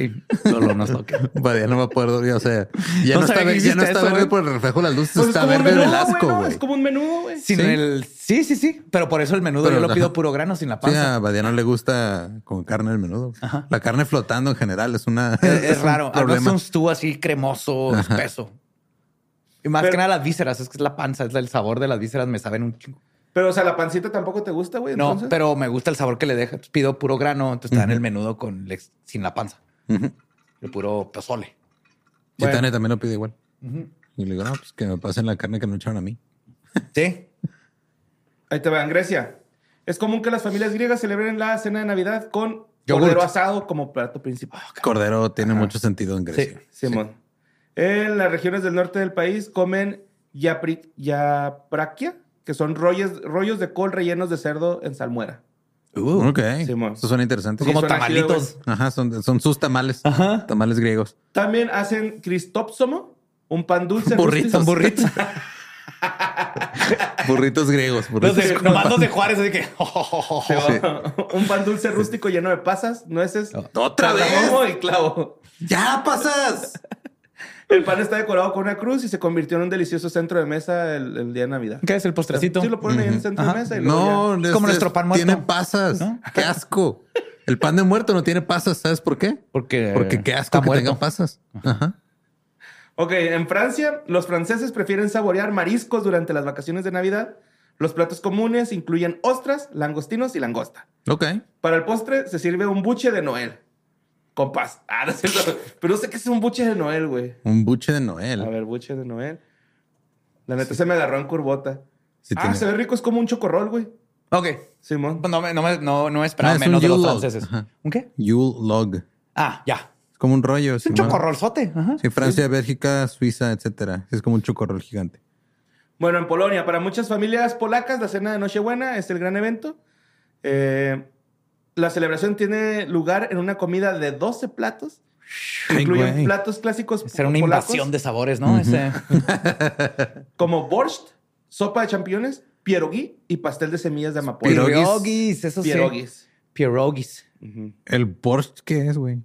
[SPEAKER 4] Lolo, no está ok.
[SPEAKER 3] Vale, ya no me acuerdo. ya, O sea, ya
[SPEAKER 4] No
[SPEAKER 3] no, está,
[SPEAKER 4] sabía que
[SPEAKER 3] ver- ya no
[SPEAKER 4] existe
[SPEAKER 3] está
[SPEAKER 4] eso,
[SPEAKER 3] verde
[SPEAKER 4] güey.
[SPEAKER 3] por el reflejo de las luces.
[SPEAKER 5] Pues
[SPEAKER 3] está
[SPEAKER 5] como un
[SPEAKER 3] verde del
[SPEAKER 5] menú, güey,
[SPEAKER 3] asco,
[SPEAKER 5] ¿no?
[SPEAKER 3] güey.
[SPEAKER 5] Es como un menú, güey.
[SPEAKER 4] Sin
[SPEAKER 3] Sí.
[SPEAKER 4] el. Sí, sí, sí. Pero por eso el menudo
[SPEAKER 3] Pero,
[SPEAKER 4] yo lo pido
[SPEAKER 3] ajá.
[SPEAKER 4] puro grano sin la
[SPEAKER 3] Sí, ah,
[SPEAKER 4] panza.
[SPEAKER 3] a Badiano le gusta con carne el menudo. La carne flotando en general es una.
[SPEAKER 4] Es, es
[SPEAKER 3] un
[SPEAKER 4] raro. A veces
[SPEAKER 3] problema.
[SPEAKER 4] un stew así cremoso, espeso. Y más
[SPEAKER 5] Pero-
[SPEAKER 4] que nada las vísceras, es que es la panza, es el sabor de las vísceras, me saben un chingo.
[SPEAKER 5] Pero, o sea, la pancita tampoco te gusta, güey.
[SPEAKER 4] No,
[SPEAKER 5] entonces?
[SPEAKER 4] pero me gusta el sabor que le deja. Entonces, Pido puro grano, entonces te dan el menudo con el ex- sin la panza.
[SPEAKER 3] Ujú.
[SPEAKER 4] El puro pozole.
[SPEAKER 5] Bueno.
[SPEAKER 3] Chitane también lo pide igual. Y le digo, no, pues que me pasen la carne que no echaron a mí.
[SPEAKER 4] Sí.
[SPEAKER 5] Ahí te va, en Grecia. Es común que las familias griegas celebren la cena de Navidad con
[SPEAKER 4] Yogurt.
[SPEAKER 5] cordero asado como plato principal.
[SPEAKER 3] Cordero tiene mucho sentido en Grecia.
[SPEAKER 5] Simón. En las regiones del norte del país comen yapri- yapraquia, que son rollos, rollos de col rellenos de cerdo en salmuera.
[SPEAKER 4] Uh,
[SPEAKER 3] ok.
[SPEAKER 5] Simón.
[SPEAKER 3] Eso suena interesante.
[SPEAKER 4] como
[SPEAKER 5] suena chido,
[SPEAKER 4] tamalitos.
[SPEAKER 3] Ajá, son, son sus tamales.
[SPEAKER 4] Ajá.
[SPEAKER 3] Tamales griegos.
[SPEAKER 5] También hacen cristópsomo, un pan dulce.
[SPEAKER 3] Burritos.
[SPEAKER 5] rústico.
[SPEAKER 3] Burritos. burritos
[SPEAKER 4] Los
[SPEAKER 3] griegos. Burritos
[SPEAKER 4] de,
[SPEAKER 3] con
[SPEAKER 4] nomás
[SPEAKER 3] pan.
[SPEAKER 4] los de Juárez, así que.
[SPEAKER 5] un pan dulce rústico lleno de pasas, nueces,
[SPEAKER 3] ¡Otra vez!
[SPEAKER 5] cardamomo y clavo.
[SPEAKER 3] ¡Ya pasas!
[SPEAKER 5] El pan está decorado con una cruz y se convirtió en un delicioso centro de mesa el, el día de Navidad.
[SPEAKER 4] ¿Qué es el postrecito?
[SPEAKER 5] Sí, lo ponen ahí en el centro
[SPEAKER 4] Ajá.
[SPEAKER 5] de mesa y luego
[SPEAKER 3] No,
[SPEAKER 5] ya-
[SPEAKER 3] este
[SPEAKER 4] como nuestro pan muerto.
[SPEAKER 3] Tiene pasas.
[SPEAKER 4] ¿No?
[SPEAKER 3] ¡Qué asco! El pan de muerto no tiene pasas. ¿Sabes por qué?
[SPEAKER 4] Porque,
[SPEAKER 3] Porque qué asco
[SPEAKER 4] está
[SPEAKER 3] que
[SPEAKER 4] muerto.
[SPEAKER 3] tengan pasas. Ajá.
[SPEAKER 5] Ok, en Francia, los franceses prefieren saborear mariscos durante las vacaciones de Navidad. Los platos comunes incluyen ostras, langostinos y langosta.
[SPEAKER 3] Ok.
[SPEAKER 5] Para el postre se sirve un buche de Noel. Con paz. Ah, no es cierto. Pero no sé qué es un buche de Noel, güey.
[SPEAKER 3] Un buche de Noel.
[SPEAKER 5] A ver, buche de Noel. La neta se me agarró en curvota.
[SPEAKER 3] Sí
[SPEAKER 5] ah,
[SPEAKER 3] tiene-
[SPEAKER 5] se ve rico, es como un chocorrol, güey.
[SPEAKER 4] Ok. pues
[SPEAKER 5] Simón.
[SPEAKER 4] No, me- no, me- no, no esperaba
[SPEAKER 3] No, es un
[SPEAKER 4] menos de los
[SPEAKER 3] yule log.
[SPEAKER 4] franceses.
[SPEAKER 3] Ajá.
[SPEAKER 4] ¿Un qué?
[SPEAKER 3] Yule log. Es
[SPEAKER 4] Ah, ya.
[SPEAKER 3] como un rollo.
[SPEAKER 4] Es un chocorrolzote. Ajá.
[SPEAKER 3] Sí, Francia, Bélgica, Suiza, etcétera. Es como un chocorrol gigante.
[SPEAKER 5] Bueno, en Polonia, para muchas familias polacas, la cena de Nochebuena es el gran evento. Eh, la celebración tiene lugar en una comida de 12 platos. que
[SPEAKER 3] Ay,
[SPEAKER 5] incluyen
[SPEAKER 3] güey.
[SPEAKER 5] platos clásicos po-
[SPEAKER 4] Será una
[SPEAKER 5] polacos
[SPEAKER 4] invasión de sabores, ¿no? Ese-
[SPEAKER 5] como borscht, sopa de champiñones, pierogi y pastel de semillas de amapola.
[SPEAKER 3] Pierogi.
[SPEAKER 4] Pieroguis, eso sí.
[SPEAKER 5] Pierogis.
[SPEAKER 4] Pieroguis.
[SPEAKER 5] Ujú.
[SPEAKER 3] ¿El borscht qué es, güey?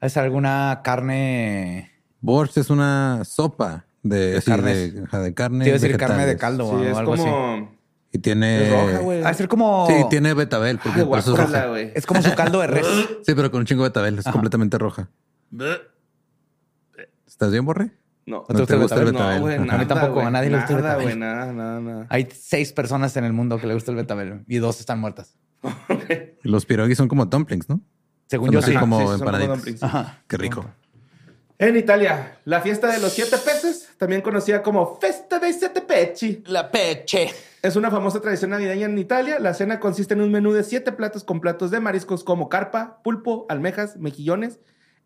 [SPEAKER 4] Es alguna carne.
[SPEAKER 3] Borscht es una sopa de, sí, de,
[SPEAKER 4] carnes.
[SPEAKER 3] ajá, de carne.
[SPEAKER 4] Te iba a decir carne
[SPEAKER 3] vegetales.
[SPEAKER 4] de caldo
[SPEAKER 5] Sí,
[SPEAKER 4] o
[SPEAKER 5] es
[SPEAKER 4] algo así.
[SPEAKER 5] como...
[SPEAKER 3] Y tiene...
[SPEAKER 5] Es roja, güey.
[SPEAKER 4] eh, Ha de ser como.
[SPEAKER 3] Sí, tiene betabel, porque
[SPEAKER 5] Ay,
[SPEAKER 3] por eso es
[SPEAKER 5] guacala,
[SPEAKER 3] roja.
[SPEAKER 5] güey.
[SPEAKER 4] Es como su caldo de res.
[SPEAKER 3] Sí, pero con un chingo de betabel. Es completamente roja. ¿Estás bien, Borre?
[SPEAKER 5] No,
[SPEAKER 3] ¿No te gusta el
[SPEAKER 5] No,
[SPEAKER 3] betabel?
[SPEAKER 5] güey,
[SPEAKER 3] A mí
[SPEAKER 5] nada,
[SPEAKER 4] tampoco,
[SPEAKER 5] güey.
[SPEAKER 4] a nadie le gusta el
[SPEAKER 5] Nada,
[SPEAKER 4] betabel.
[SPEAKER 5] güey, nada, nada, nada.
[SPEAKER 4] Hay seis personas en el mundo que le gusta el betabel y dos están muertas.
[SPEAKER 3] Los pieroguis son como dumplings, ¿no?
[SPEAKER 4] Según
[SPEAKER 3] Son
[SPEAKER 4] yo,
[SPEAKER 3] así
[SPEAKER 4] sí.
[SPEAKER 5] Ajá,
[SPEAKER 3] como
[SPEAKER 5] sí, sí, son como dumplings.
[SPEAKER 3] empanaditas.
[SPEAKER 4] Ajá.
[SPEAKER 3] Qué rico.
[SPEAKER 5] En Italia, la fiesta de los siete peces, también conocida como Festa dei Sette Pecci,
[SPEAKER 4] La peche.
[SPEAKER 5] es una famosa tradición navideña en Italia. La cena consiste en un menú de siete platos con platos de mariscos como carpa, pulpo, almejas, mejillones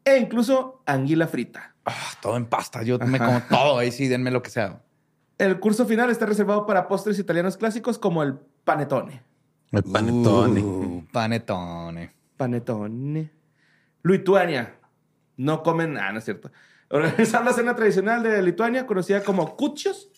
[SPEAKER 5] e incluso anguila frita.
[SPEAKER 4] Ah, todo en pasta. Yo me como todo ahí, sí, denme lo que sea.
[SPEAKER 5] El curso final está reservado para postres italianos clásicos como el panetone.
[SPEAKER 3] El panetone.
[SPEAKER 4] Uh, panetone.
[SPEAKER 5] Panetone. Lituania. No comen nada, no es cierto. Organizar la cena tradicional de Lituania, conocida como cuchos,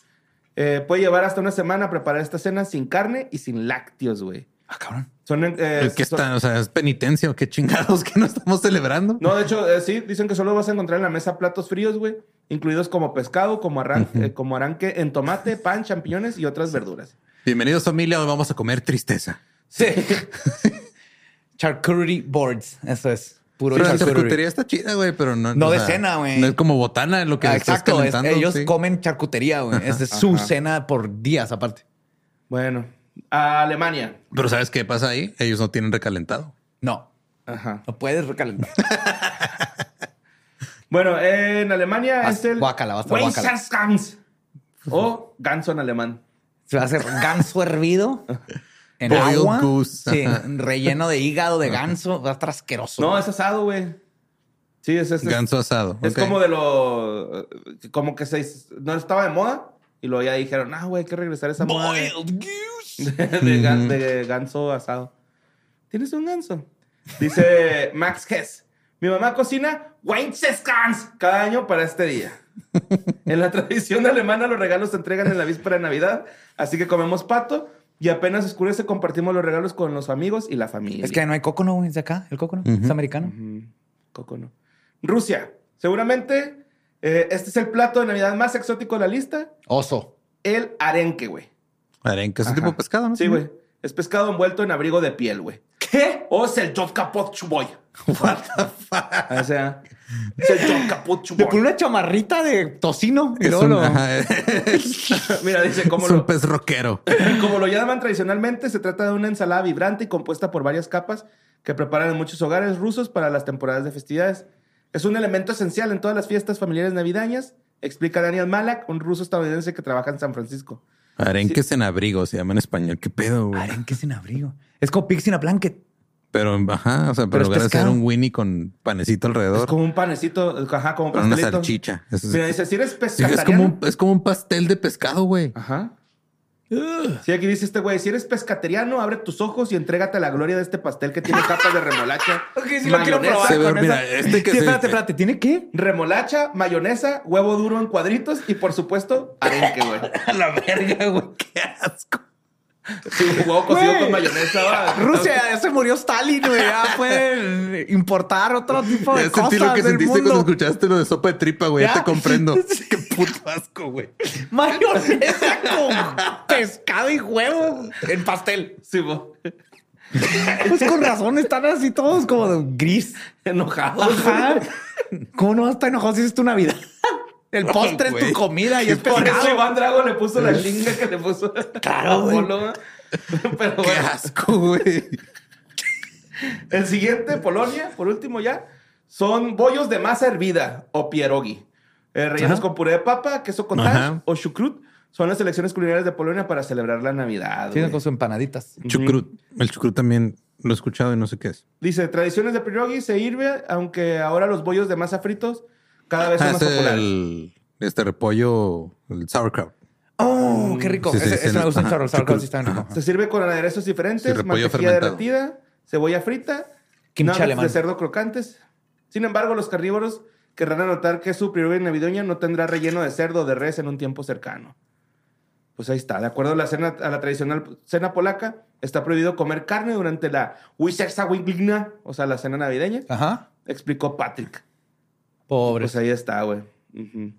[SPEAKER 5] eh, puede llevar hasta una semana preparar esta cena sin carne y sin lácteos, güey.
[SPEAKER 4] Ah, cabrón.
[SPEAKER 5] Son. eh,
[SPEAKER 3] ¿El que
[SPEAKER 5] son-
[SPEAKER 3] está? O sea, ¿es penitencia o qué chingados que no estamos celebrando?
[SPEAKER 5] No, de hecho, eh, sí, dicen que solo vas a encontrar en la mesa platos fríos, güey, incluidos como pescado, como, arran- eh, como aranque en tomate, pan, champiñones y otras verduras.
[SPEAKER 3] Bienvenidos familia, hoy vamos a comer tristeza.
[SPEAKER 4] Sí. charcuterie boards. Eso es. Puro
[SPEAKER 3] Pero la
[SPEAKER 4] charcuterie.
[SPEAKER 3] charcutería está chida, güey, pero no...
[SPEAKER 4] No de cena, güey.
[SPEAKER 3] No es como botana lo que
[SPEAKER 4] Ah,
[SPEAKER 3] estás
[SPEAKER 4] exacto. es-
[SPEAKER 3] calentando.
[SPEAKER 4] ellos
[SPEAKER 3] sí.
[SPEAKER 4] comen charcutería, güey. Esa es su cena por días aparte.
[SPEAKER 5] Bueno, a Alemania.
[SPEAKER 3] Pero ¿sabes qué pasa ahí? Ellos no tienen recalentado.
[SPEAKER 4] No,
[SPEAKER 5] Ajá.
[SPEAKER 4] no puedes recalentar.
[SPEAKER 5] Bueno, en Alemania
[SPEAKER 4] Basta,
[SPEAKER 5] es el.
[SPEAKER 4] guácala, basta, guácala.
[SPEAKER 5] Weissenskans, O ganso en alemán.
[SPEAKER 4] Se va a hacer ganso hervido en
[SPEAKER 3] Boiled
[SPEAKER 4] agua.
[SPEAKER 3] goose.
[SPEAKER 4] Sí,
[SPEAKER 3] Ajá.
[SPEAKER 4] relleno de hígado de ganso. Va a estar asqueroso.
[SPEAKER 5] No,
[SPEAKER 4] güey.
[SPEAKER 5] es asado, güey. Sí, es este.
[SPEAKER 3] Ganso asado.
[SPEAKER 5] Es
[SPEAKER 3] ok.
[SPEAKER 5] como de lo. eh, Como que se. No estaba de moda. Y luego ya dijeron, ah, güey, hay que regresar a esa moda. De, de gan- de ganso asado. ¿Tienes un ganso? Dice Max Hess. Mi mamá cocina Weinseskans cada año para este día. En la tradición alemana, los regalos se entregan en la víspera de Navidad. Así que comemos pato. Y apenas oscurece, compartimos los regalos con los amigos y la familia.
[SPEAKER 4] Es que no hay cocono, güey, es de acá, el cocono.
[SPEAKER 3] Ujú.
[SPEAKER 4] Es americano.
[SPEAKER 5] Ujú. Coco no. Rusia. Seguramente eh, este es el plato de Navidad más exótico de la lista.
[SPEAKER 4] Oso.
[SPEAKER 5] El arenque, güey.
[SPEAKER 3] Arenque, es un
[SPEAKER 5] Ajá.
[SPEAKER 3] tipo de pescado, ¿no?
[SPEAKER 5] Sí, güey. Es pescado envuelto en abrigo de piel, güey. ¿Qué? O es el Jodkapot Chuboy.
[SPEAKER 3] What the fuck?
[SPEAKER 5] O sea, es el Jodkapot
[SPEAKER 4] Le pone
[SPEAKER 5] Chuboy.
[SPEAKER 4] una chamarrita de tocino. y
[SPEAKER 3] Es
[SPEAKER 4] luego
[SPEAKER 3] un,
[SPEAKER 4] lo-
[SPEAKER 3] ajá, es
[SPEAKER 5] Mira, dice cómo
[SPEAKER 3] un
[SPEAKER 5] lo,
[SPEAKER 3] pez rockero.
[SPEAKER 5] como lo llaman tradicionalmente, se trata de una ensalada vibrante y compuesta por varias capas que preparan en muchos hogares rusos para las temporadas de festividades. Es un elemento esencial en todas las fiestas familiares navideñas, explica Daniel Malak, un ruso estadounidense que trabaja en San Francisco.
[SPEAKER 3] Arenques en abrigo se llama en español. ¿Qué pedo, güey?
[SPEAKER 4] Arenque sin abrigo. Es como pigs in a blanket.
[SPEAKER 3] Pero, ajá, o sea,
[SPEAKER 4] Pero es
[SPEAKER 3] pero en lugar de hacer
[SPEAKER 4] pescado.
[SPEAKER 3] un Winnie con panecito
[SPEAKER 5] Es
[SPEAKER 3] alrededor,
[SPEAKER 5] como un panecito, ajá, como un
[SPEAKER 3] con una
[SPEAKER 5] pastelito.
[SPEAKER 3] salchicha. Es,
[SPEAKER 5] Mira, dice, Ah, si eres
[SPEAKER 3] sí, es como un,
[SPEAKER 5] pescateriano...
[SPEAKER 3] es como un pastel de pescado, güey.
[SPEAKER 5] Ajá. Sí, aquí dice este güey, si eres pescateriano, abre tus ojos y entrégate a la gloria de este pastel que tiene capas de remolacha.
[SPEAKER 4] Ok, sí lo quiero
[SPEAKER 5] mayonesa,
[SPEAKER 4] probar.
[SPEAKER 3] Se ve-
[SPEAKER 4] con
[SPEAKER 3] mira,
[SPEAKER 4] esa.
[SPEAKER 3] este que
[SPEAKER 4] Sí,
[SPEAKER 3] se-
[SPEAKER 4] espérate, espérate. ¿Tiene qué?
[SPEAKER 5] remolacha, mayonesa, huevo duro en cuadritos y por supuesto arenque, güey.
[SPEAKER 3] A la verga, güey. Qué asco.
[SPEAKER 5] Sí, un huevo cocido
[SPEAKER 4] Güey.
[SPEAKER 5] con mayonesa. va.
[SPEAKER 4] Rusia, ya se murió Stalin, güey. Ya pueden importar otro tipo de
[SPEAKER 3] Ya sentí
[SPEAKER 4] cosas
[SPEAKER 3] lo que
[SPEAKER 4] del
[SPEAKER 3] sentiste
[SPEAKER 4] mundo.
[SPEAKER 3] cuando escuchaste lo de sopa de tripa, güey. Ya,
[SPEAKER 4] Ya.
[SPEAKER 3] te comprendo.
[SPEAKER 4] Sí.
[SPEAKER 3] Qué puto asco, güey.
[SPEAKER 4] Mayonesa con pescado y huevo en pastel.
[SPEAKER 5] Sí, bo.
[SPEAKER 4] Pues con razón están así todos como de gris.
[SPEAKER 5] enojado.
[SPEAKER 4] Ajá. ¿Cómo no vas a estar enojado si es tu Navidad? El postre es
[SPEAKER 3] güey.
[SPEAKER 4] tu comida y es
[SPEAKER 5] Por eso
[SPEAKER 4] pescado.
[SPEAKER 5] Iván Drago le puso la chinga que le puso.
[SPEAKER 4] Claro, güey.
[SPEAKER 5] Apolo, ¿no? Pero
[SPEAKER 3] Qué
[SPEAKER 5] bueno,
[SPEAKER 3] asco, güey.
[SPEAKER 5] el siguiente, Polonia, por último ya, son bollos de masa hervida o pierogi. Eh, rellenos
[SPEAKER 4] Ajá.
[SPEAKER 5] con puré de papa, queso con
[SPEAKER 3] Ajá.
[SPEAKER 5] o chucrut. Son las selecciones culinarias de Polonia para celebrar la Navidad.
[SPEAKER 4] Tienen
[SPEAKER 5] güey.
[SPEAKER 4] con sus empanaditas.
[SPEAKER 3] Chucrut. El chucrut también lo he escuchado y no sé qué es.
[SPEAKER 5] Dice, tradiciones de pierogi se hirve, aunque ahora los bollos de masa fritos cada vez son
[SPEAKER 3] Ah,
[SPEAKER 5] más
[SPEAKER 3] es
[SPEAKER 5] populares.
[SPEAKER 3] el, este repollo, el sauerkraut.
[SPEAKER 4] Oh, qué rico.
[SPEAKER 3] Sí, sí,
[SPEAKER 4] ese,
[SPEAKER 3] sí,
[SPEAKER 4] ese me
[SPEAKER 3] no.
[SPEAKER 4] gusta el
[SPEAKER 3] Ajá.
[SPEAKER 4] sabor. sabor,
[SPEAKER 3] Chucrut.
[SPEAKER 4] sí está bien rico.
[SPEAKER 3] Ajá.
[SPEAKER 5] Se sirve con aderezos diferentes,
[SPEAKER 3] Sí, repollo
[SPEAKER 5] mantequilla
[SPEAKER 3] fermentado.
[SPEAKER 5] derretida, cebolla frita,
[SPEAKER 4] Kimchi
[SPEAKER 5] nuggets
[SPEAKER 4] alemán.
[SPEAKER 5] de cerdo crocantes. Sin embargo, los carnívoros querrán anotar que su prioridad navideña no tendrá relleno de cerdo o de res en un tiempo cercano. Pues ahí está. De acuerdo a la, cena, a la tradicional cena polaca, está prohibido comer carne durante la Wiserzawiglina, o sea, la cena navideña,
[SPEAKER 4] Ajá.
[SPEAKER 5] explicó Patrick.
[SPEAKER 4] Pobre.
[SPEAKER 5] Pues ahí está, güey. Ujú.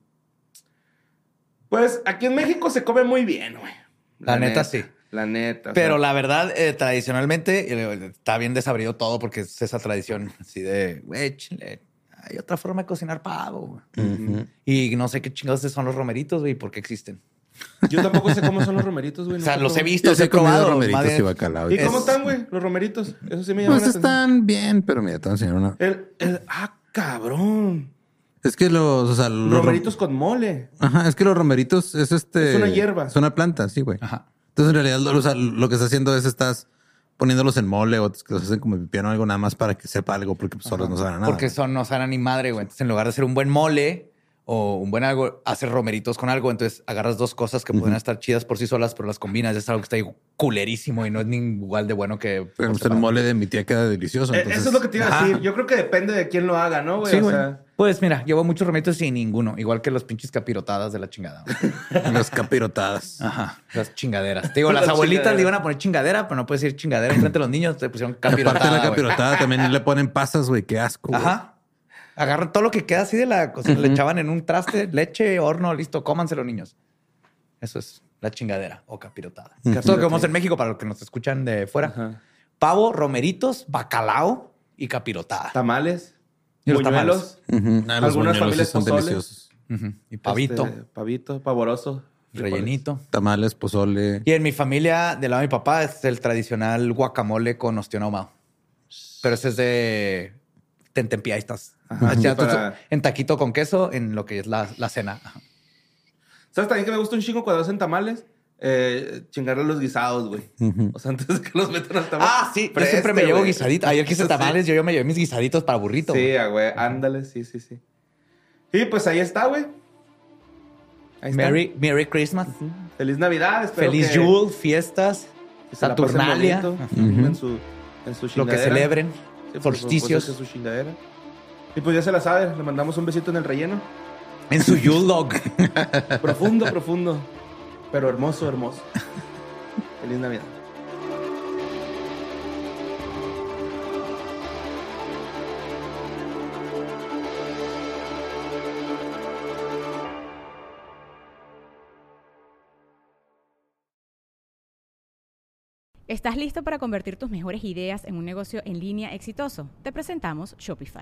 [SPEAKER 5] Pues aquí en México se come muy bien, güey.
[SPEAKER 4] La neta, sí.
[SPEAKER 5] La neta. o
[SPEAKER 4] Pero
[SPEAKER 5] sea.
[SPEAKER 4] la verdad, eh, tradicionalmente eh, está bien desabrido todo porque es esa tradición así de, güey, échale, hay otra forma de cocinar pavo. güey". Y no sé qué chingados son los romeritos güey, y por qué existen.
[SPEAKER 5] Yo tampoco sé cómo son los romeritos, güey.
[SPEAKER 4] O
[SPEAKER 5] no
[SPEAKER 4] sea,
[SPEAKER 5] sé
[SPEAKER 4] los he
[SPEAKER 5] cómo-
[SPEAKER 4] visto,
[SPEAKER 3] Yo
[SPEAKER 4] los
[SPEAKER 3] sí
[SPEAKER 4] he
[SPEAKER 3] he comido
[SPEAKER 4] probado.
[SPEAKER 3] romeritos
[SPEAKER 4] madre.
[SPEAKER 3] y bacalao.
[SPEAKER 5] ¿Y cómo
[SPEAKER 4] Es-
[SPEAKER 5] están, güey? Los romeritos. Eso sí me llama
[SPEAKER 3] Pues
[SPEAKER 5] la atención.
[SPEAKER 3] están bien, pero mira, te voy a enseñar una.
[SPEAKER 5] El, el, ah, cabrón.
[SPEAKER 3] Es que los, o sea, los rom-
[SPEAKER 5] romeritos con mole. E,
[SPEAKER 3] Ajá, es que los romeritos es este.
[SPEAKER 5] Es una hierba.
[SPEAKER 3] Es una planta, sí, güey.
[SPEAKER 4] Ajá.
[SPEAKER 3] Entonces, en realidad, lo, o sea, lo que está haciendo es estás poniéndolos en mole o que los hacen como pipián o algo nada más para que sepa algo, porque pues, solos no saben a nada.
[SPEAKER 4] Porque son, no sanan ni madre, güey. Entonces, en lugar de hacer un buen mole o un buen algo, haces romeritos con algo. Entonces, agarras dos cosas que pueden estar chidas por sí solas, pero las combinas. Es algo que está ahí culerísimo y no es ni igual de bueno que.
[SPEAKER 3] Pero, pues, el mole de mi tía queda delicioso.
[SPEAKER 5] Eh,
[SPEAKER 3] entonces-
[SPEAKER 5] Eso es lo que te iba a
[SPEAKER 4] Ajá.
[SPEAKER 5] decir. Yo creo que depende de quién lo haga, ¿no, güey?
[SPEAKER 4] Sí,
[SPEAKER 5] o
[SPEAKER 4] güey.
[SPEAKER 5] sea,
[SPEAKER 4] Pues mira, llevo muchos romeritos sin ninguno, igual que los pinches capirotadas de la chingada. güey.
[SPEAKER 3] Las capirotadas.
[SPEAKER 4] Ajá. Las chingaderas. Te digo, las
[SPEAKER 5] Las
[SPEAKER 4] abuelitas
[SPEAKER 5] chingaderas.
[SPEAKER 4] le iban a poner chingadera, pero no puedes decir chingadera enfrente de los niños, te pusieron capirotada.
[SPEAKER 3] Aparte de la
[SPEAKER 4] güey.
[SPEAKER 3] capirotada, también le ponen pasas, güey. Qué asco. güey.
[SPEAKER 4] Ajá. Agarran todo lo que queda así de la cocina, le echaban en un traste, leche, horno, listo, cómanselo, niños. Eso es la chingadera o capirotada. Todo lo que vemos en México para los que nos escuchan de fuera. Pavo, romeritos, bacalao y capirotada.
[SPEAKER 5] tamales,
[SPEAKER 4] Y los
[SPEAKER 5] buñuelos,
[SPEAKER 3] Ujú. Ah, los
[SPEAKER 5] Algunas
[SPEAKER 3] buñuelos sí
[SPEAKER 5] familias
[SPEAKER 3] son
[SPEAKER 5] pozoles.
[SPEAKER 3] deliciosos.
[SPEAKER 4] Ujú. Y pavito,
[SPEAKER 5] este, pavito, pavoroso. frijoles.
[SPEAKER 4] rellenito.
[SPEAKER 3] Tamales, pozole.
[SPEAKER 4] Y en mi familia, del lado de mi papá, es el tradicional guacamole con ostión ahumado. Pero ese es de tentempiaistas.
[SPEAKER 5] Ajá,
[SPEAKER 4] Así,
[SPEAKER 5] sí,
[SPEAKER 4] entonces,
[SPEAKER 5] para-
[SPEAKER 4] En taquito con queso, en lo que es la, la cena. Ajá.
[SPEAKER 5] ¿Sabes también que me gusta un chingo cuando hacen tamales? eh, chingarle los guisados, güey. O sea, antes de que los metan al tamal.
[SPEAKER 4] Ah, sí. Yo
[SPEAKER 5] Preste,
[SPEAKER 4] siempre me llevo
[SPEAKER 5] este, güey.
[SPEAKER 4] guisaditos. Ayer quise
[SPEAKER 5] Sí.
[SPEAKER 4] tamales, yo, yo me llevé mis guisaditos para burrito.
[SPEAKER 5] Sí,
[SPEAKER 4] güey.
[SPEAKER 5] ah, güey. Ándale, sí, sí, sí. Y pues ahí está, güey. Ahí está.
[SPEAKER 4] Merry, Merry Christmas.
[SPEAKER 5] Feliz Navidad. Espero
[SPEAKER 4] Feliz
[SPEAKER 5] que-
[SPEAKER 4] Yule, fiestas,
[SPEAKER 5] que se la pasen
[SPEAKER 4] Saturnalia,
[SPEAKER 5] bonito,
[SPEAKER 3] Ujú.
[SPEAKER 5] En su, en su
[SPEAKER 4] lo que
[SPEAKER 5] chingadera.
[SPEAKER 4] celebren,
[SPEAKER 5] Sí, pues,
[SPEAKER 4] solsticios.
[SPEAKER 5] pues, es su chingadera. Y pues ya se la sabe. Le mandamos un besito en el relleno.
[SPEAKER 4] en su Yule log.
[SPEAKER 5] Profundo, profundo. Pero hermoso, hermoso. Feliz Navidad.
[SPEAKER 2] ¿Estás listo para convertir tus mejores ideas en un negocio en línea exitoso? Te presentamos Shopify.